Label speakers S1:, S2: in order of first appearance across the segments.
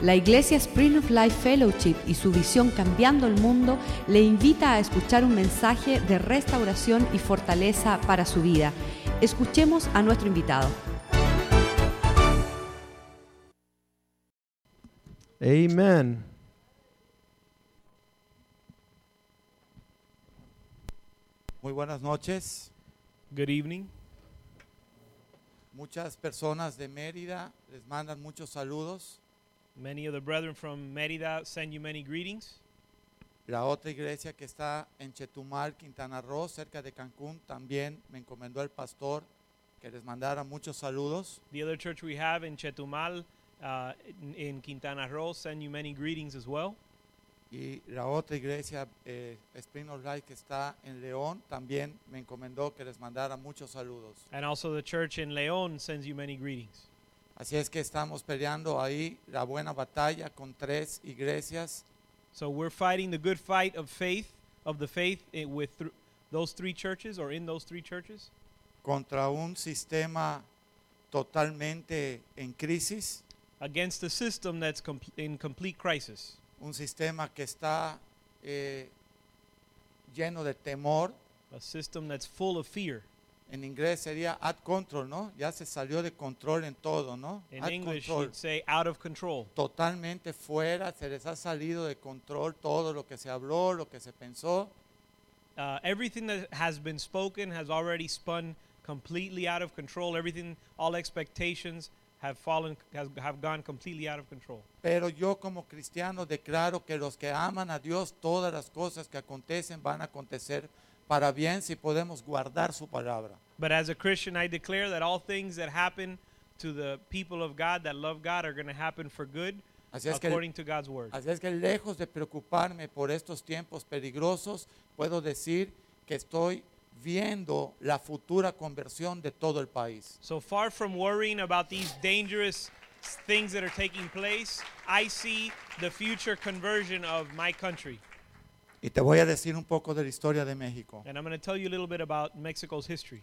S1: La Iglesia Spring of Life Fellowship y su visión Cambiando el Mundo le invita a escuchar un mensaje de restauración y fortaleza para su vida. Escuchemos a nuestro invitado.
S2: Amen.
S3: Muy buenas noches.
S4: Good evening.
S3: Muchas personas de Mérida les mandan muchos saludos.
S4: Many of the brethren from Merida send you many greetings.
S3: La otra iglesia que está en Chetumal, Quintana Roo, cerca de Cancún, también me encomendó el pastor que les mandara muchos saludos.
S4: The other church we have in Chetumal, uh, in, in Quintana Roo, send you many greetings as well.
S3: Y la otra iglesia, eh, Spring of Life, que está en León, también me encomendó que les mandara muchos saludos.
S4: And also the church in León sends you many greetings.
S3: Así es que estamos peleando ahí la buena batalla con tres iglesias
S4: So we're fighting the good fight of faith, of the faith i- with thr those three churches or in those three churches
S3: contra un sistema totalmente en crisis,
S4: against a system that's com- in complete crisis,
S3: un sistema que está eh, lleno de temor.
S4: a system that's full of fear.
S3: En inglés sería at control, ¿no? Ya se salió de control en todo, ¿no?
S4: In
S3: At
S4: English,
S3: control.
S4: you'd say out of control.
S3: Totalmente fuera, se les ha salido de control todo lo que se habló, lo que se pensó.
S4: Uh, everything that has been spoken has already spun completely out of control. Everything, all expectations have fallen, has, have gone completely out of control.
S3: Pero yo como cristiano declaro que los que aman a Dios, todas las cosas que acontecen van a acontecer para bien si podemos guardar su palabra.
S4: But as a Christian, I declare that all things that happen to the people of God that love God are going to happen for good
S3: Así es que-
S4: according to God's word.
S3: Así es que lejos de preocuparme por estos tiempos peligrosos, puedo decir que estoy viendo la futura conversión de todo el país.
S4: So far from worrying about these dangerous things that are taking place, I see the future conversion of my country.
S3: Y te voy a decir un poco de la historia de México.
S4: And I'm going to tell you a little bit about Mexico's history.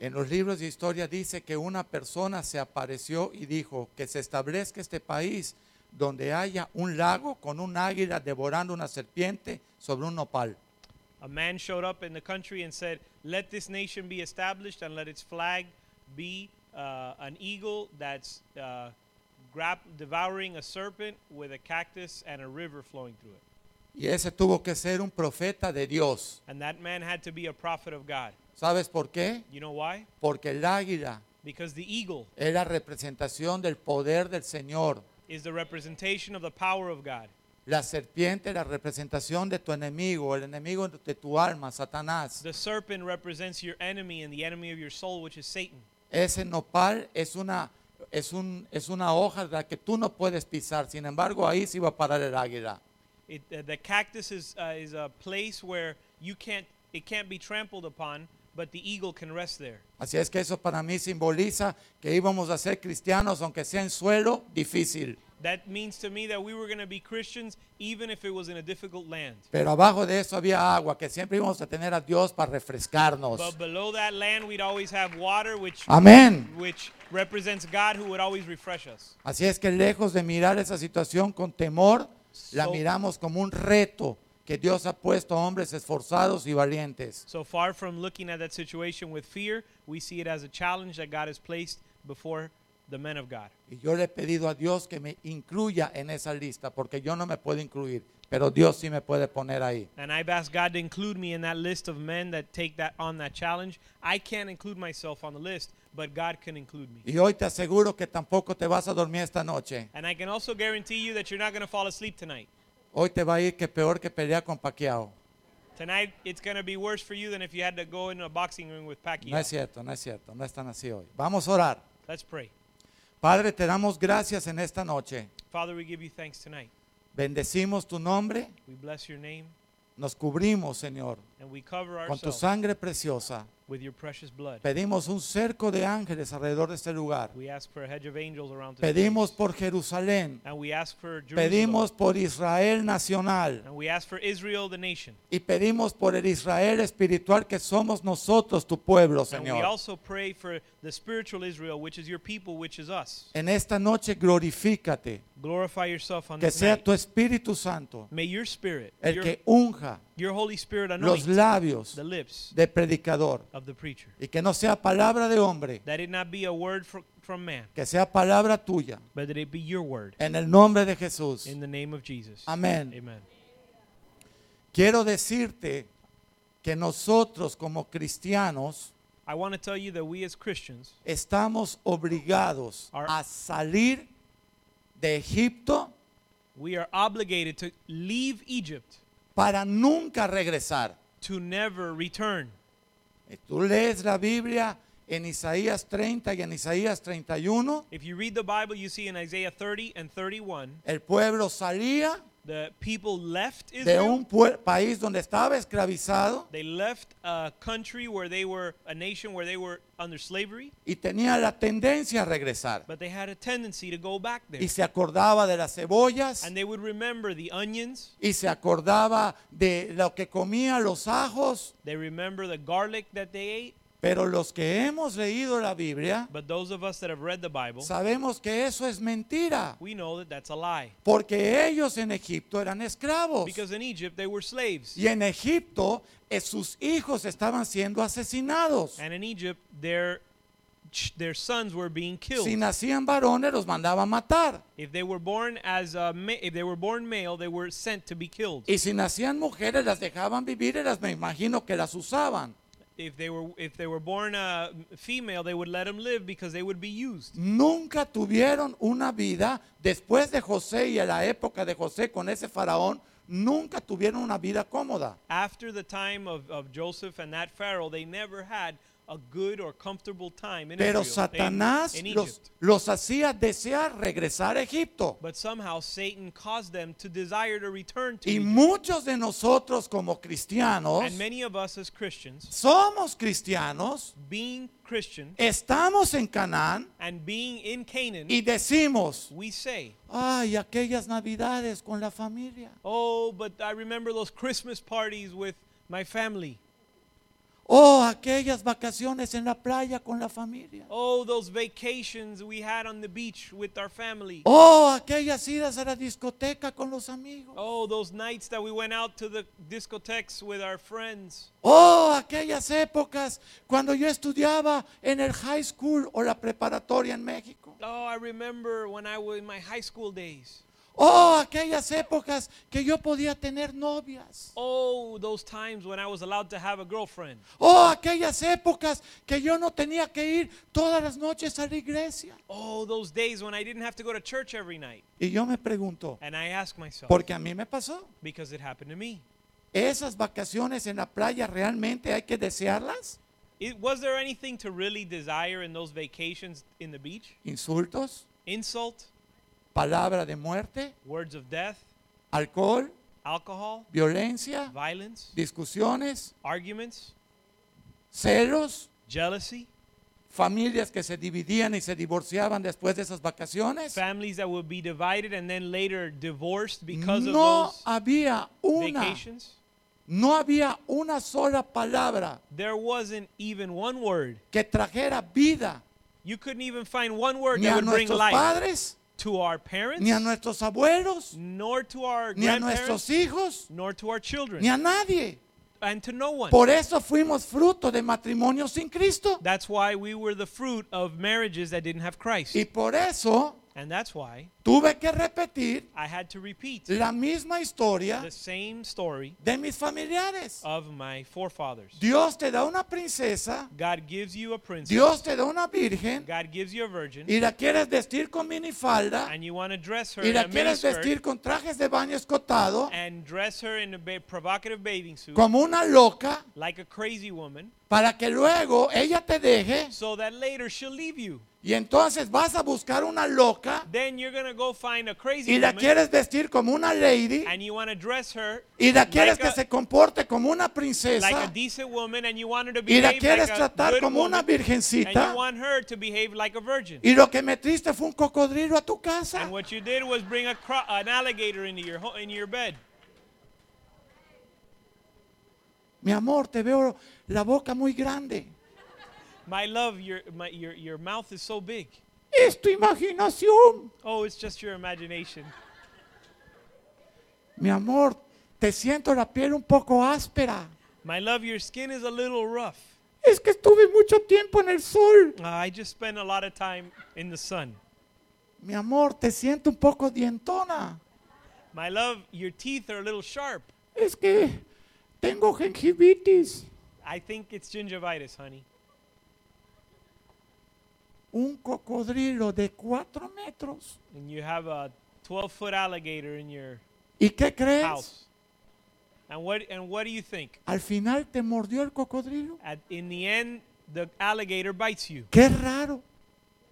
S3: En los libros de historia dice que una persona se apareció y dijo que se establezca este país donde haya un lago con un águila devorando una serpiente sobre un nopal.
S4: A man showed up in the country and said, Let this nation be established and let its flag be uh, an eagle that's uh, grab- devouring a serpent with a cactus and a river flowing through it.
S3: Y ese tuvo que ser un profeta de Dios.
S4: And that man had to be a prophet of God.
S3: ¿Sabes por qué?
S4: You know why?
S3: Porque el águila
S4: Because the eagle
S3: es la representación del poder del Señor.
S4: is the representation of the power of God.
S3: La serpiente es la representación de tu enemigo, el enemigo de tu alma, Satanás.
S4: The serpent represents your enemy and the enemy of your soul, which is Satan.
S3: Ese nopal es una, es un, es una hoja de la que tú no puedes pisar. Sin embargo, ahí sí va a parar el águila.
S4: It, uh, the cactus is, uh, is a place where you can't, it can't be trampled upon, but the eagle can rest there.
S3: Así es que eso para mí simboliza que íbamos a ser cristianos, aunque sea en suelo difícil.
S4: That means to me that we were going to be Christians even if it was in a difficult land.
S3: Pero abajo de eso había agua, que siempre íbamos a tener a Dios para refrescarnos.
S4: But below that land, we'd always have water, which,
S3: Amén.
S4: which represents God who would always refresh us.
S3: Así es que lejos de mirar esa situación con temor, la
S4: So-
S3: miramos como un reto que Dios ha puesto a hombres esforzados y valientes.
S4: So far from looking at that situation with fear, we see it as a challenge that God has placed before the men of God.
S3: Y yo le he pedido a Dios que me incluya en esa lista, porque yo no me puedo incluir, pero Dios sí me puede poner ahí.
S4: And I've asked God to include me in that list of men that take that on that challenge. I can't include myself on the list, but God can include me.
S3: Y hoy te aseguro que tampoco te vas a dormir esta noche.
S4: And I can also guarantee you that you're not going to fall asleep tonight.
S3: Hoy te va a ir que peor que pelear con Paquiao.
S4: Tonight, it's going to be worse for you than if you had to go in a boxing ring with Pacquiao.
S3: No es cierto, no es cierto, no están así hoy. Vamos a orar.
S4: Let's pray.
S3: Padre, te damos gracias en esta noche.
S4: Father, we give you thanks tonight.
S3: Bendecimos tu nombre,
S4: We bless your name
S3: nos cubrimos, Señor,
S4: and we cover
S3: con tu
S4: ourselves
S3: sangre preciosa.
S4: with your precious blood.
S3: Pedimos un cerco de ángeles alrededor de este lugar.
S4: We ask for a hedge of angels around this
S3: Pedimos
S4: place.
S3: por Jerusalén.
S4: and we ask for Jerusalem.
S3: Pedimos por Israel nacional.
S4: and we ask for Israel, the nation.
S3: Y pedimos por el Israel espiritual que somos nosotros, tu pueblo,
S4: And we
S3: Señor.
S4: also pray for the spiritual Israel, which is your people, which is us.
S3: En esta noche glorifícate.
S4: Glorify yourself on
S3: Que
S4: this
S3: sea
S4: night.
S3: tu Espíritu Santo
S4: May your spirit,
S3: el
S4: your,
S3: que unja
S4: your Holy Spirit
S3: los
S4: anoint
S3: labios
S4: the lips
S3: del predicador.
S4: of the preacher.
S3: Y que no sea palabra de hombre,
S4: That it not be a word fro- from man,
S3: que sea palabra tuya.
S4: but that it be your word.
S3: En el nombre de Jesús.
S4: In the name of Jesus.
S3: Amén.
S4: Amen.
S3: Quiero decirte que nosotros como cristianos
S4: I want to tell you that we as Christians
S3: estamos obligados
S4: Our-
S3: a salir de Egipto
S4: We are obligated to leave Egypt
S3: para nunca regresar.
S4: to never return.
S3: Eh, Tú lees la Biblia en Isaías 30 y en Isaías 31,
S4: If you read the Bible, you see in Isaiah 30 and 31,
S3: el pueblo salía
S4: the people left
S3: de
S4: Israel.
S3: un pue- país donde estaba esclavizado
S4: They left a country where they were, a nation where they were under slavery,
S3: y tenía la tendencia a regresar.
S4: but they had a tendency to go back there.
S3: Y se acordaba de las cebollas
S4: And they would remember the onions,
S3: y se acordaba de lo que comía los ajos,
S4: they remember the garlic that they ate.
S3: pero los que hemos leído la Biblia
S4: But those of us that have read the Bible,
S3: sabemos que eso es mentira,
S4: we know that that's a lie.
S3: porque ellos en Egipto eran esclavos.
S4: Because in Egypt, they were slaves.
S3: Y en Egipto eh, sus hijos estaban siendo asesinados.
S4: And in Egypt, their, ch- their sons were being killed.
S3: Si nacían varones los mandaban matar.
S4: If they were born as a ma- if they were born male, they were sent to be killed.
S3: Y si nacían mujeres las dejaban vivir y las me imagino que las usaban.
S4: If they were if they were born uh, female, they would let them live because they would be used.
S3: Nunca tuvieron una vida después de José y en la época de José con ese faraón, nunca tuvieron una vida cómoda.
S4: After the time of, of Joseph and that Pharaoh, they never had a good or comfortable time in,
S3: Pero
S4: Israel, in-
S3: Satanás
S4: in
S3: los,
S4: Egypt.
S3: los hacía desear regresar a Egipto.
S4: But somehow Satan caused them to desire to return to
S3: Y
S4: Egypt.
S3: muchos de nosotros como cristianos,
S4: And many of us as Christians,
S3: somos cristianos,
S4: being Christian
S3: estamos en Canaán
S4: and being in Canaan,
S3: Eh y decimos,
S4: we say,
S3: ay, aquellas navidades con la familia.
S4: "Oh, but I remember those Christmas parties with my family."
S3: Oh, aquellas vacaciones en la playa con la familia.
S4: Oh, those vacations we had on the beach with our family.
S3: Oh, aquellas idas a la discoteca con los amigos.
S4: Oh, those nights that we went out to the discotheques with our friends.
S3: Oh, aquellas épocas cuando yo estudiaba en el high school o la preparatoria en México.
S4: Oh, I remember when I was in my high school days.
S3: Oh, aquellas épocas que yo podía tener novias.
S4: Oh, those times when I was allowed to have a girlfriend.
S3: Oh, aquellas épocas que yo no tenía que ir todas las noches a la iglesia.
S4: Oh, those days when I didn't have to go to church every night.
S3: Y yo me pregunto,
S4: And I ask myself,
S3: porque a mí me pasó.
S4: because it happened to me.
S3: ¿Esas vacaciones en la playa realmente hay que desearlas?
S4: It, was there anything to really desire in those vacations in the beach?
S3: Insultos,
S4: Insult,
S3: palabra de muerte,
S4: words of death,
S3: alcohol,
S4: alcohol,
S3: violencia,
S4: violence,
S3: discusiones,
S4: arguments,
S3: celos,
S4: jealousy.
S3: familias que se dividían y se divorciaban después de esas vacaciones.
S4: families that will be divided and then later divorced because
S3: No
S4: of
S3: había
S4: those
S3: una,
S4: vacations.
S3: no había una sola palabra
S4: There wasn't even one word.
S3: que trajera vida
S4: You couldn't even find one word
S3: ni
S4: that
S3: a
S4: would bring
S3: nuestros
S4: life
S3: padres,
S4: to our parents,
S3: ni a nuestros abuelos,
S4: nor to our
S3: ni a
S4: grandparents,
S3: nuestros hijos,
S4: nor to our children,
S3: ni a nadie.
S4: and to no one.
S3: Por eso fuimos fruto de matrimonio sin Cristo.
S4: That's why we were the fruit of marriages that didn't have Christ.
S3: Y por eso
S4: And that's why
S3: tuve que repetir
S4: I had to repeat
S3: la misma historia
S4: the same story
S3: de mis familiares.
S4: of my forefathers.
S3: Dios te da una princesa,
S4: God gives you a princess.
S3: Dios te da una virgen
S4: God gives you a virgin.
S3: y la quieres vestir con minifalda
S4: and you want to dress her
S3: y
S4: in a
S3: la quieres
S4: miniskirt
S3: vestir con trajes de baño escotado
S4: and dress her in a ba- provocative bathing suit
S3: como una loca
S4: like a crazy woman
S3: para que luego ella te deje
S4: so that later she'll leave you.
S3: y entonces vas a buscar una loca
S4: Then you're going to go find a crazy
S3: y la
S4: woman
S3: quieres vestir como una lady
S4: and you want to dress her
S3: y la quieres
S4: like,
S3: que
S4: a,
S3: se comporte como una
S4: like a
S3: princesa
S4: decent woman and you want her to
S3: y
S4: behave
S3: la quieres
S4: like a
S3: tratar
S4: good
S3: como una
S4: woman, and
S3: virgencita
S4: you want her to behave like a virgin.
S3: y lo que metiste fue un cocodrilo a tu casa.
S4: And what you did was bring a cro- an alligator into your ho- into your bed.
S3: Mi amor, te veo la boca muy grande.
S4: My love, your my, your your mouth is so big.
S3: Es tu imaginación.
S4: Oh, it's just your imagination.
S3: Mi amor, te siento la piel un poco áspera.
S4: My love, your skin is a little rough.
S3: Es que estuve mucho tiempo en el sol.
S4: Uh, I just spent a lot of time in the sun.
S3: Mi amor, te siento un poco dientona.
S4: My love, your teeth are a little sharp.
S3: Es que tengo gingivitis.
S4: I think it's gingivitis, honey.
S3: Un cocodrilo de cuatro metros.
S4: And you have a 12-foot alligator in your
S3: ¿Y qué crees?
S4: house. And what and what do you think?
S3: Al final te mordió el cocodrilo.
S4: At, in the end, the alligator bites you.
S3: Qué raro,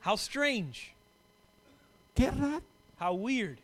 S4: How strange.
S3: qué raro.
S4: How weird.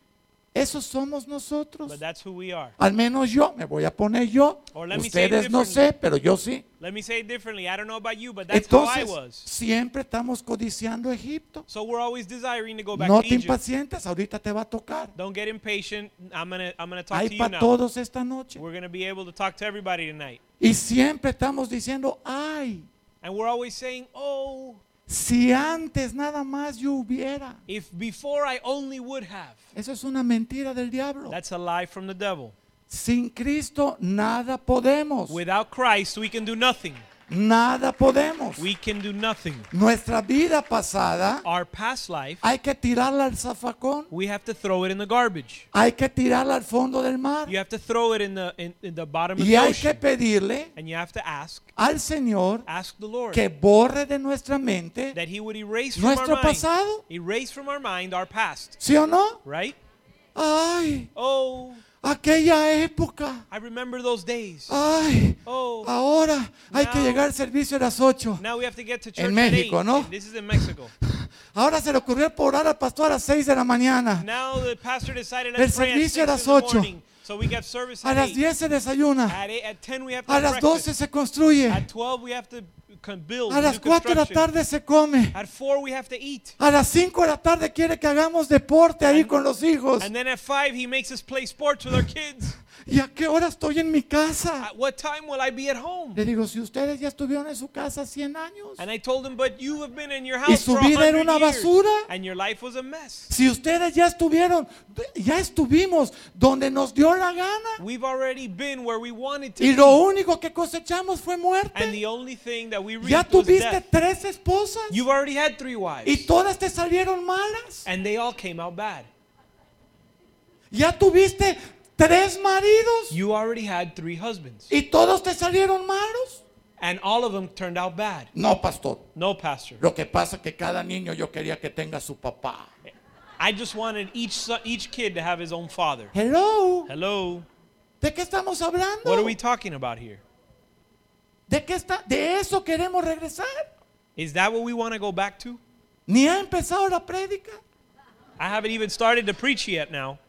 S3: Esos somos nosotros.
S4: But that's who we are.
S3: Al menos yo, me voy a poner yo.
S4: Or let me say it
S3: Ustedes no
S4: differently.
S3: sé, pero yo sí.
S4: Let me say it differently. I don't know about you, but that's how I
S3: Entonces,
S4: was.
S3: siempre estamos codiciando a Egipto.
S4: So we're always desiring to go back
S3: No
S4: to
S3: te
S4: Egypt.
S3: impacientes, ahorita te va a tocar.
S4: Don't get impatient. I'm gonna I'm gonna talk to
S3: Hay
S4: you
S3: para
S4: now.
S3: todos esta noche.
S4: We're gonna be able to talk to everybody tonight.
S3: Y siempre estamos diciendo, ay,
S4: And we're always saying, "Oh,
S3: si antes nada más yo hubiera.
S4: if before I only would have."
S3: Eso es una mentira del diablo.
S4: That's a lie from the devil.
S3: Sin Cristo nada podemos.
S4: Without Christ, we can do nothing.
S3: Nada podemos.
S4: We can do nothing.
S3: Nuestra vida pasada
S4: Our past life,
S3: hay que tirarla al zafacón.
S4: we have to throw it in the garbage.
S3: Hay que tirarla al fondo del mar.
S4: You have to throw it in the in, in the bottom of
S3: Y
S4: the
S3: hay que
S4: ocean.
S3: pedirle
S4: And you have to ask,
S3: al Señor
S4: ask the Lord
S3: que borre de nuestra mente,
S4: that He would erase from our
S3: Nuestro
S4: mind,
S3: pasado.
S4: erase from our mind our past,
S3: ¿sí o no?
S4: right?
S3: Ay,
S4: Oh,
S3: aquella época.
S4: I remember those days.
S3: Ay,
S4: Oh.
S3: ahora hay que
S4: Now-
S3: llegar al servicio a las 8.
S4: Now we have to get to church
S3: En
S4: at
S3: México,
S4: eight,
S3: ¿no?
S4: and This is in Mexico.
S3: Ahora se le ocurrió por orar al pastor a las 6 de la mañana.
S4: now the pastor decided
S3: El
S4: let's pray at
S3: servicio
S4: six
S3: a
S4: in
S3: las
S4: the
S3: ocho.
S4: morning. So we got service
S3: A
S4: at
S3: las
S4: eight.
S3: 10 se desayuna.
S4: At, eight, at 10 we have to
S3: A las 12
S4: breakfast.
S3: se construye.
S4: At 12 we have to con- build.
S3: A
S4: do
S3: las 4 de la
S4: construction.
S3: tarde se come.
S4: At 4 we have to eat.
S3: A las 5 de la tarde quiere que hagamos deporte ahí con los hijos.
S4: And then at 5 he makes us play sports with our kids.
S3: ¿Y a qué hora estoy en mi casa?
S4: at what time will I be at home?
S3: Le digo, si ustedes ya estuvieron en su casa 100 años.
S4: And I told him, but you have been in your house
S3: Y su
S4: for a
S3: vida era
S4: hundred
S3: una
S4: years,
S3: basura.
S4: and your life was a mess.
S3: Si ustedes ya estuvieron, ya estuvimos donde nos dio la gana.
S4: We've already been where we wanted to
S3: Y
S4: be,
S3: lo único que cosechamos fue
S4: and
S3: muerte.
S4: the only thing that we reaped
S3: Ya
S4: was
S3: tuviste
S4: death.
S3: tres esposas
S4: You've already had three wives,
S3: y todas te salieron malas.
S4: and they all came out bad.
S3: Ya tuviste tres maridos
S4: You already had three husbands,
S3: y todos te salieron malos.
S4: and all of them turned out bad.
S3: No, pastor.
S4: No, pastor.
S3: Lo que pasa es que cada niño yo quería que tenga su papá.
S4: I just wanted each son, each kid to have his own father.
S3: Hello.
S4: Hello.
S3: ¿De qué estamos hablando?
S4: What are we talking about here?
S3: ¿De qué está? De eso queremos regresar.
S4: Is that what we want to go back to?
S3: Ni ha empezado la prédica.
S4: I haven't even started to preach yet now.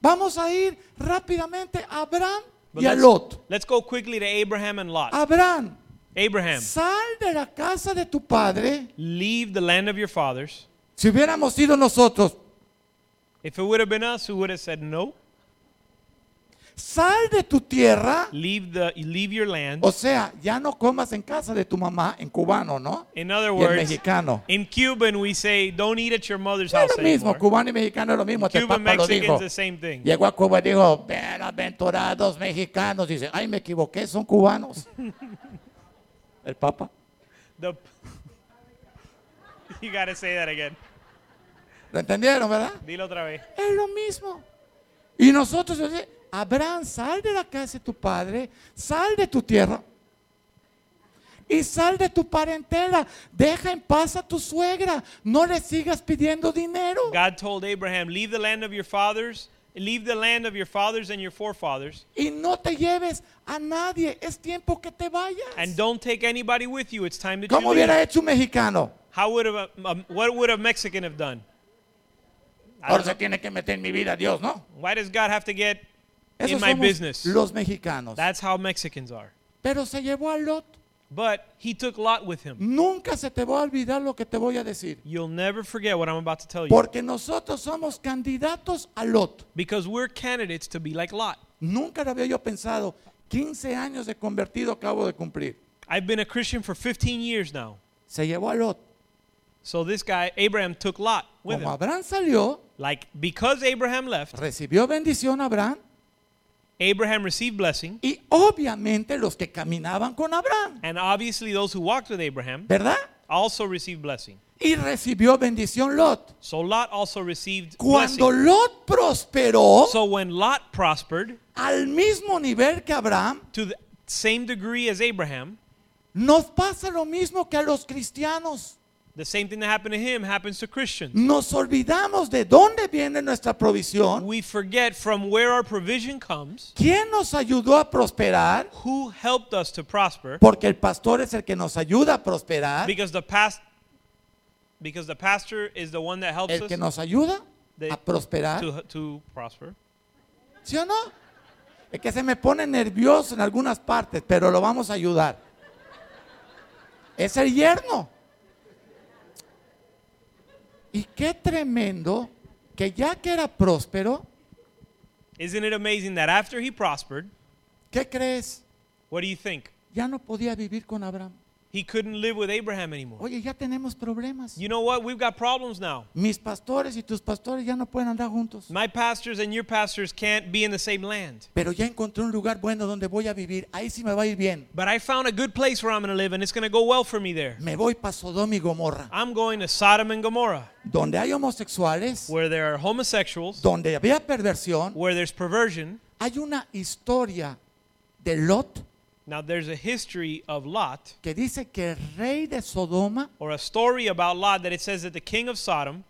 S3: Vamos a ir rápidamente a Abraham
S4: But
S3: y a
S4: let's-
S3: Lot.
S4: Let's go quickly to Abraham and Lot.
S3: Abraham,
S4: Abraham,
S3: sal de la casa de tu padre.
S4: leave the land of your fathers.
S3: Si hubiéramos sido nosotros,
S4: If it would have been us, who would have said no?
S3: sal de tu tierra.
S4: Leave the leave your land.
S3: O sea, ya no comas en casa de tu mamá en cubano, ¿no?
S4: In other
S3: Y en
S4: words,
S3: mexicano.
S4: in Cuban we say don't eat at your mother's
S3: Es
S4: house
S3: lo mismo,
S4: anymore.
S3: cubano y mexicano es lo mismo. Este
S4: Cuban
S3: papa lo dijo.
S4: Mexicans the same thing.
S3: Llegó a Cuba y dijo, bienaventurados mexicanos. Dice, ay, me equivoqué, son cubanos. El Papa.
S4: The, you gotta say that again.
S3: ¿Lo entendieron, verdad?
S4: Dilo otra vez.
S3: Es lo mismo. Y nosotros, dice, Abraham, sal de la casa de tu padre, sal de tu tierra y sal de tu parentela. Deja en paz a tu suegra. No le sigas pidiendo dinero.
S4: God told Abraham, leave the land of your fathers leave the land of your fathers and your forefathers,
S3: Y no te lleves a nadie. Es tiempo que te vayas.
S4: and don't take anybody with you. It's time to
S3: ¿Cómo
S4: leave.
S3: hubiera hecho un mexicano?
S4: How would a, um, what would a Mexican have done? I
S3: Ahora
S4: don't know.
S3: se tiene que meter en mi vida Dios, ¿no?
S4: Why does God have to get in
S3: Esos
S4: my
S3: somos
S4: business?
S3: los mexicanos.
S4: That's how Mexicans are.
S3: Pero se llevó a Lot.
S4: But he took Lot with him.
S3: Nunca se te va a olvidar lo que te voy a decir.
S4: You'll never forget what I'm about to tell you.
S3: Porque nosotros somos candidatos a Lot.
S4: Because we're candidates to be like Lot.
S3: Nunca lo había yo pensado. 15 años de convertido acabo de cumplir.
S4: I've been a Christian for 15 years now.
S3: Se llevó a Lot.
S4: So this guy, Abraham, took Lot with
S3: Como
S4: him.
S3: Abraham salió,
S4: Like, because Abraham left,
S3: recibió bendición Abraham.
S4: Abraham received blessing.
S3: Y obviamente los que caminaban con Abraham,
S4: And obviously, those who walked with Abraham
S3: ¿verdad?
S4: also received blessing.
S3: Y recibió bendición Lot.
S4: So Lot also received
S3: Cuando
S4: blessing.
S3: Lot prosperó
S4: So when Lot prospered
S3: al mismo nivel que Abraham,
S4: to the same degree as Abraham,
S3: nos pasa lo mismo que a los cristianos.
S4: the same thing that happened to him happens to Christians.
S3: Nos olvidamos de dónde viene nuestra provisión,
S4: We forget from where our provision comes,
S3: quién nos ayudó a prosperar,
S4: who helped us to prosper,
S3: porque el pastor es el que nos ayuda a prosperar,
S4: because the past because the pastor is the one that helps
S3: el
S4: us
S3: que nos ayuda
S4: de-
S3: a prosperar.
S4: to, to prosper.
S3: ¿Sí o no? Es que se me pone nervioso en algunas partes, pero lo vamos a ayudar. Es el yerno. Y qué tremendo que ya que era próspero,
S4: Isn't it amazing that after he prospered,
S3: ¿qué crees?
S4: what do you think?
S3: Ya no podía vivir con Abraham.
S4: He couldn't live with Abraham anymore.
S3: Oye, ya tenemos problemas.
S4: You know what? We've got problems now.
S3: Mis pastores y tus pastores ya no pueden andar juntos.
S4: My pastors and your pastors can't be in the same land.
S3: Pero ya encontré un lugar bueno donde voy a vivir. Ahí sí me va a ir bien.
S4: But I found a good place where I'm going to live and it's going to go well for me there.
S3: Me voy para Sodoma y Gomorra,
S4: I'm going to Sodom and Gomorrah,
S3: donde hay homosexuales,
S4: where there are homosexuals,
S3: donde había perversión,
S4: where there's perversion.
S3: Hay una historia de Lot
S4: Now, there's a history of Lot,
S3: que dice que el rey de Sodoma
S4: or a story about Lot, that it says that the king of Sodom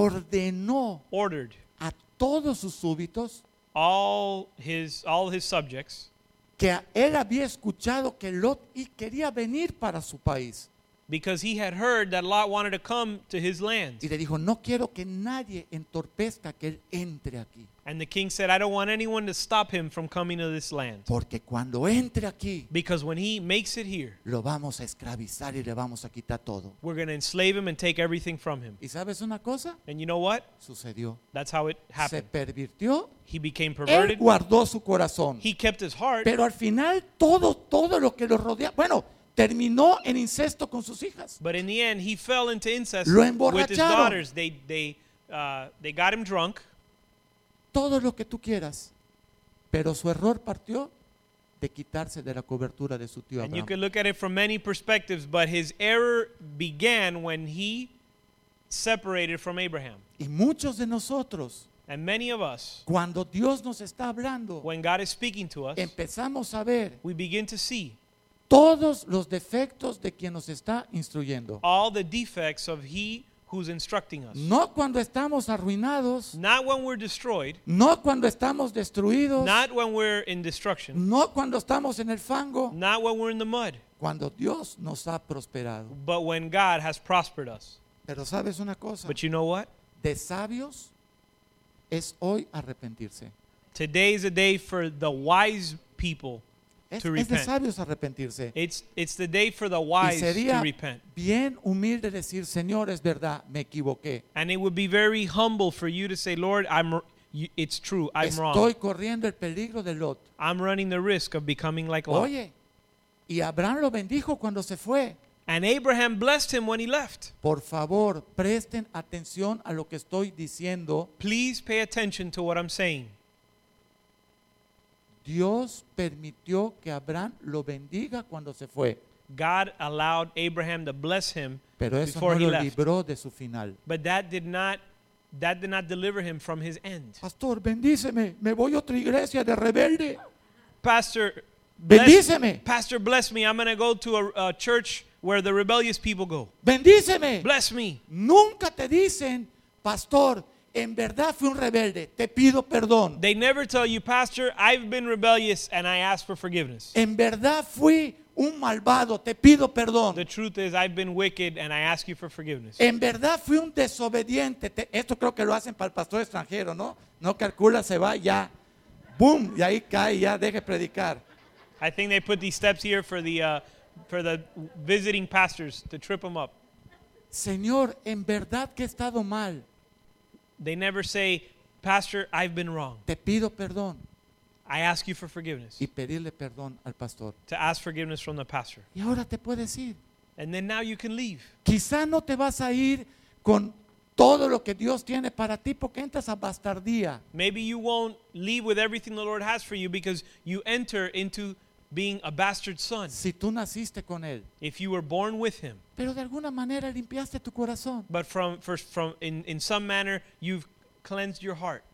S3: ordenó
S4: ordered
S3: a todos sus súbitos
S4: all his, all his subjects,
S3: que a él había escuchado que Lot y quería venir para su país.
S4: because he had heard that Lot wanted to come to his
S3: Y
S4: land.
S3: le dijo, no quiero que nadie entorpezca que él entre aquí.
S4: And the king said, I don't want anyone to stop him from coming to this land,
S3: Porque cuando entre aquí,
S4: because when he makes it here,
S3: lo vamos a esclavizar y le vamos a quitar todo.
S4: we're going to enslave him and take everything from him.
S3: ¿Y sabes una cosa?
S4: And you know what?
S3: Sucedió.
S4: That's how it
S3: Se
S4: happened.
S3: pervirtió.
S4: He became
S3: Él
S4: perverted.
S3: guardó su corazón.
S4: He kept his heart,
S3: Pero al final todo, todo lo que lo rodea, bueno, terminó en incesto con sus hijas.
S4: but in the end, he fell into incest
S3: Lo
S4: with his
S3: emborracharon.
S4: daughters. They, they, uh, they got him drunk.
S3: Todo lo que tú quieras. Pero su error partió de quitarse de la cobertura de su tío
S4: And you
S3: Abraham.
S4: can look at it from many perspectives, but his error began when he separated from Abraham.
S3: Y muchos de nosotros,
S4: And many of us,
S3: cuando Dios nos está hablando,
S4: when God is speaking to us,
S3: empezamos a ver
S4: we begin to see
S3: todos los defectos de quien nos está instruyendo.
S4: all the defects of he who's instructing us.
S3: No cuando estamos arruinados,
S4: Not when we're destroyed,
S3: no cuando estamos destruidos,
S4: not when we're in destruction,
S3: no cuando estamos en el fango,
S4: not when we're in the mud,
S3: cuando Dios nos ha prosperado.
S4: but when God has prospered us.
S3: Pero sabes una cosa,
S4: But you know what?
S3: de sabios es hoy arrepentirse.
S4: Today is a day for the wise people
S3: Es,
S4: to
S3: es de
S4: repent.
S3: sabios arrepentirse.
S4: It's, it's the day for the
S3: Y
S4: wise to
S3: sería
S4: repent.
S3: bien humilde decir, Señor, es verdad, me equivoqué.
S4: And it would be very humble for you to say, Lord, I'm, r- you- it's true, I'm
S3: Estoy
S4: wrong.
S3: corriendo el peligro de Lot.
S4: I'm running the risk of becoming like Lot.
S3: Oye, y Abraham lo bendijo cuando se fue.
S4: And Abraham blessed him when he left.
S3: Por favor, presten atención a lo que estoy diciendo.
S4: Please pay attention to what I'm saying.
S3: Dios permitió que Abraham lo bendiga cuando se fue,
S4: God allowed Abraham to bless him
S3: pero eso
S4: before
S3: no
S4: he
S3: lo
S4: left.
S3: libró de su final.
S4: But that did not that did not deliver him from his end.
S3: Pastor, bendíceme, me voy a otra iglesia de rebelde.
S4: Pastor bless,
S3: Bendíceme.
S4: Pastor bless me. I'm going to go to a, a church where the rebellious people go.
S3: Bendíceme.
S4: Bless me.
S3: Nunca te dicen, pastor, en verdad fui un rebelde, te pido perdón.
S4: They never tell you, Pastor, I've been rebellious and I ask for forgiveness.
S3: En verdad fui un malvado, te pido
S4: The
S3: perdón.
S4: truth is, I've been wicked and I ask you for forgiveness.
S3: En verdad fui un desobediente. te- esto creo que lo hacen para el pastor extranjero, ¿no? No calcula, se va ya. ¡Boom! Y ahí cae, ya deje predicar.
S4: I think they put these steps here for the, uh, for the visiting pastors to trip them up.
S3: Señor, en verdad que he estado mal,
S4: They never say, Pastor, I've been wrong.
S3: te pido perdón.
S4: I ask you for forgiveness.
S3: Y pedirle perdón al pastor.
S4: To ask forgiveness from the pastor.
S3: Y ahora te puedes ir.
S4: And then now you can leave.
S3: Quizá no te vas a ir con todo lo que Dios tiene para ti porque entras a bastardía.
S4: Maybe you won't leave with everything the Lord has for you because you enter into being a bastard son
S3: si tú naciste con él,
S4: if you were born with him.
S3: pero de alguna manera limpiaste tu corazón.
S4: But from, for, from in, in some manner, you've cleansed your heart.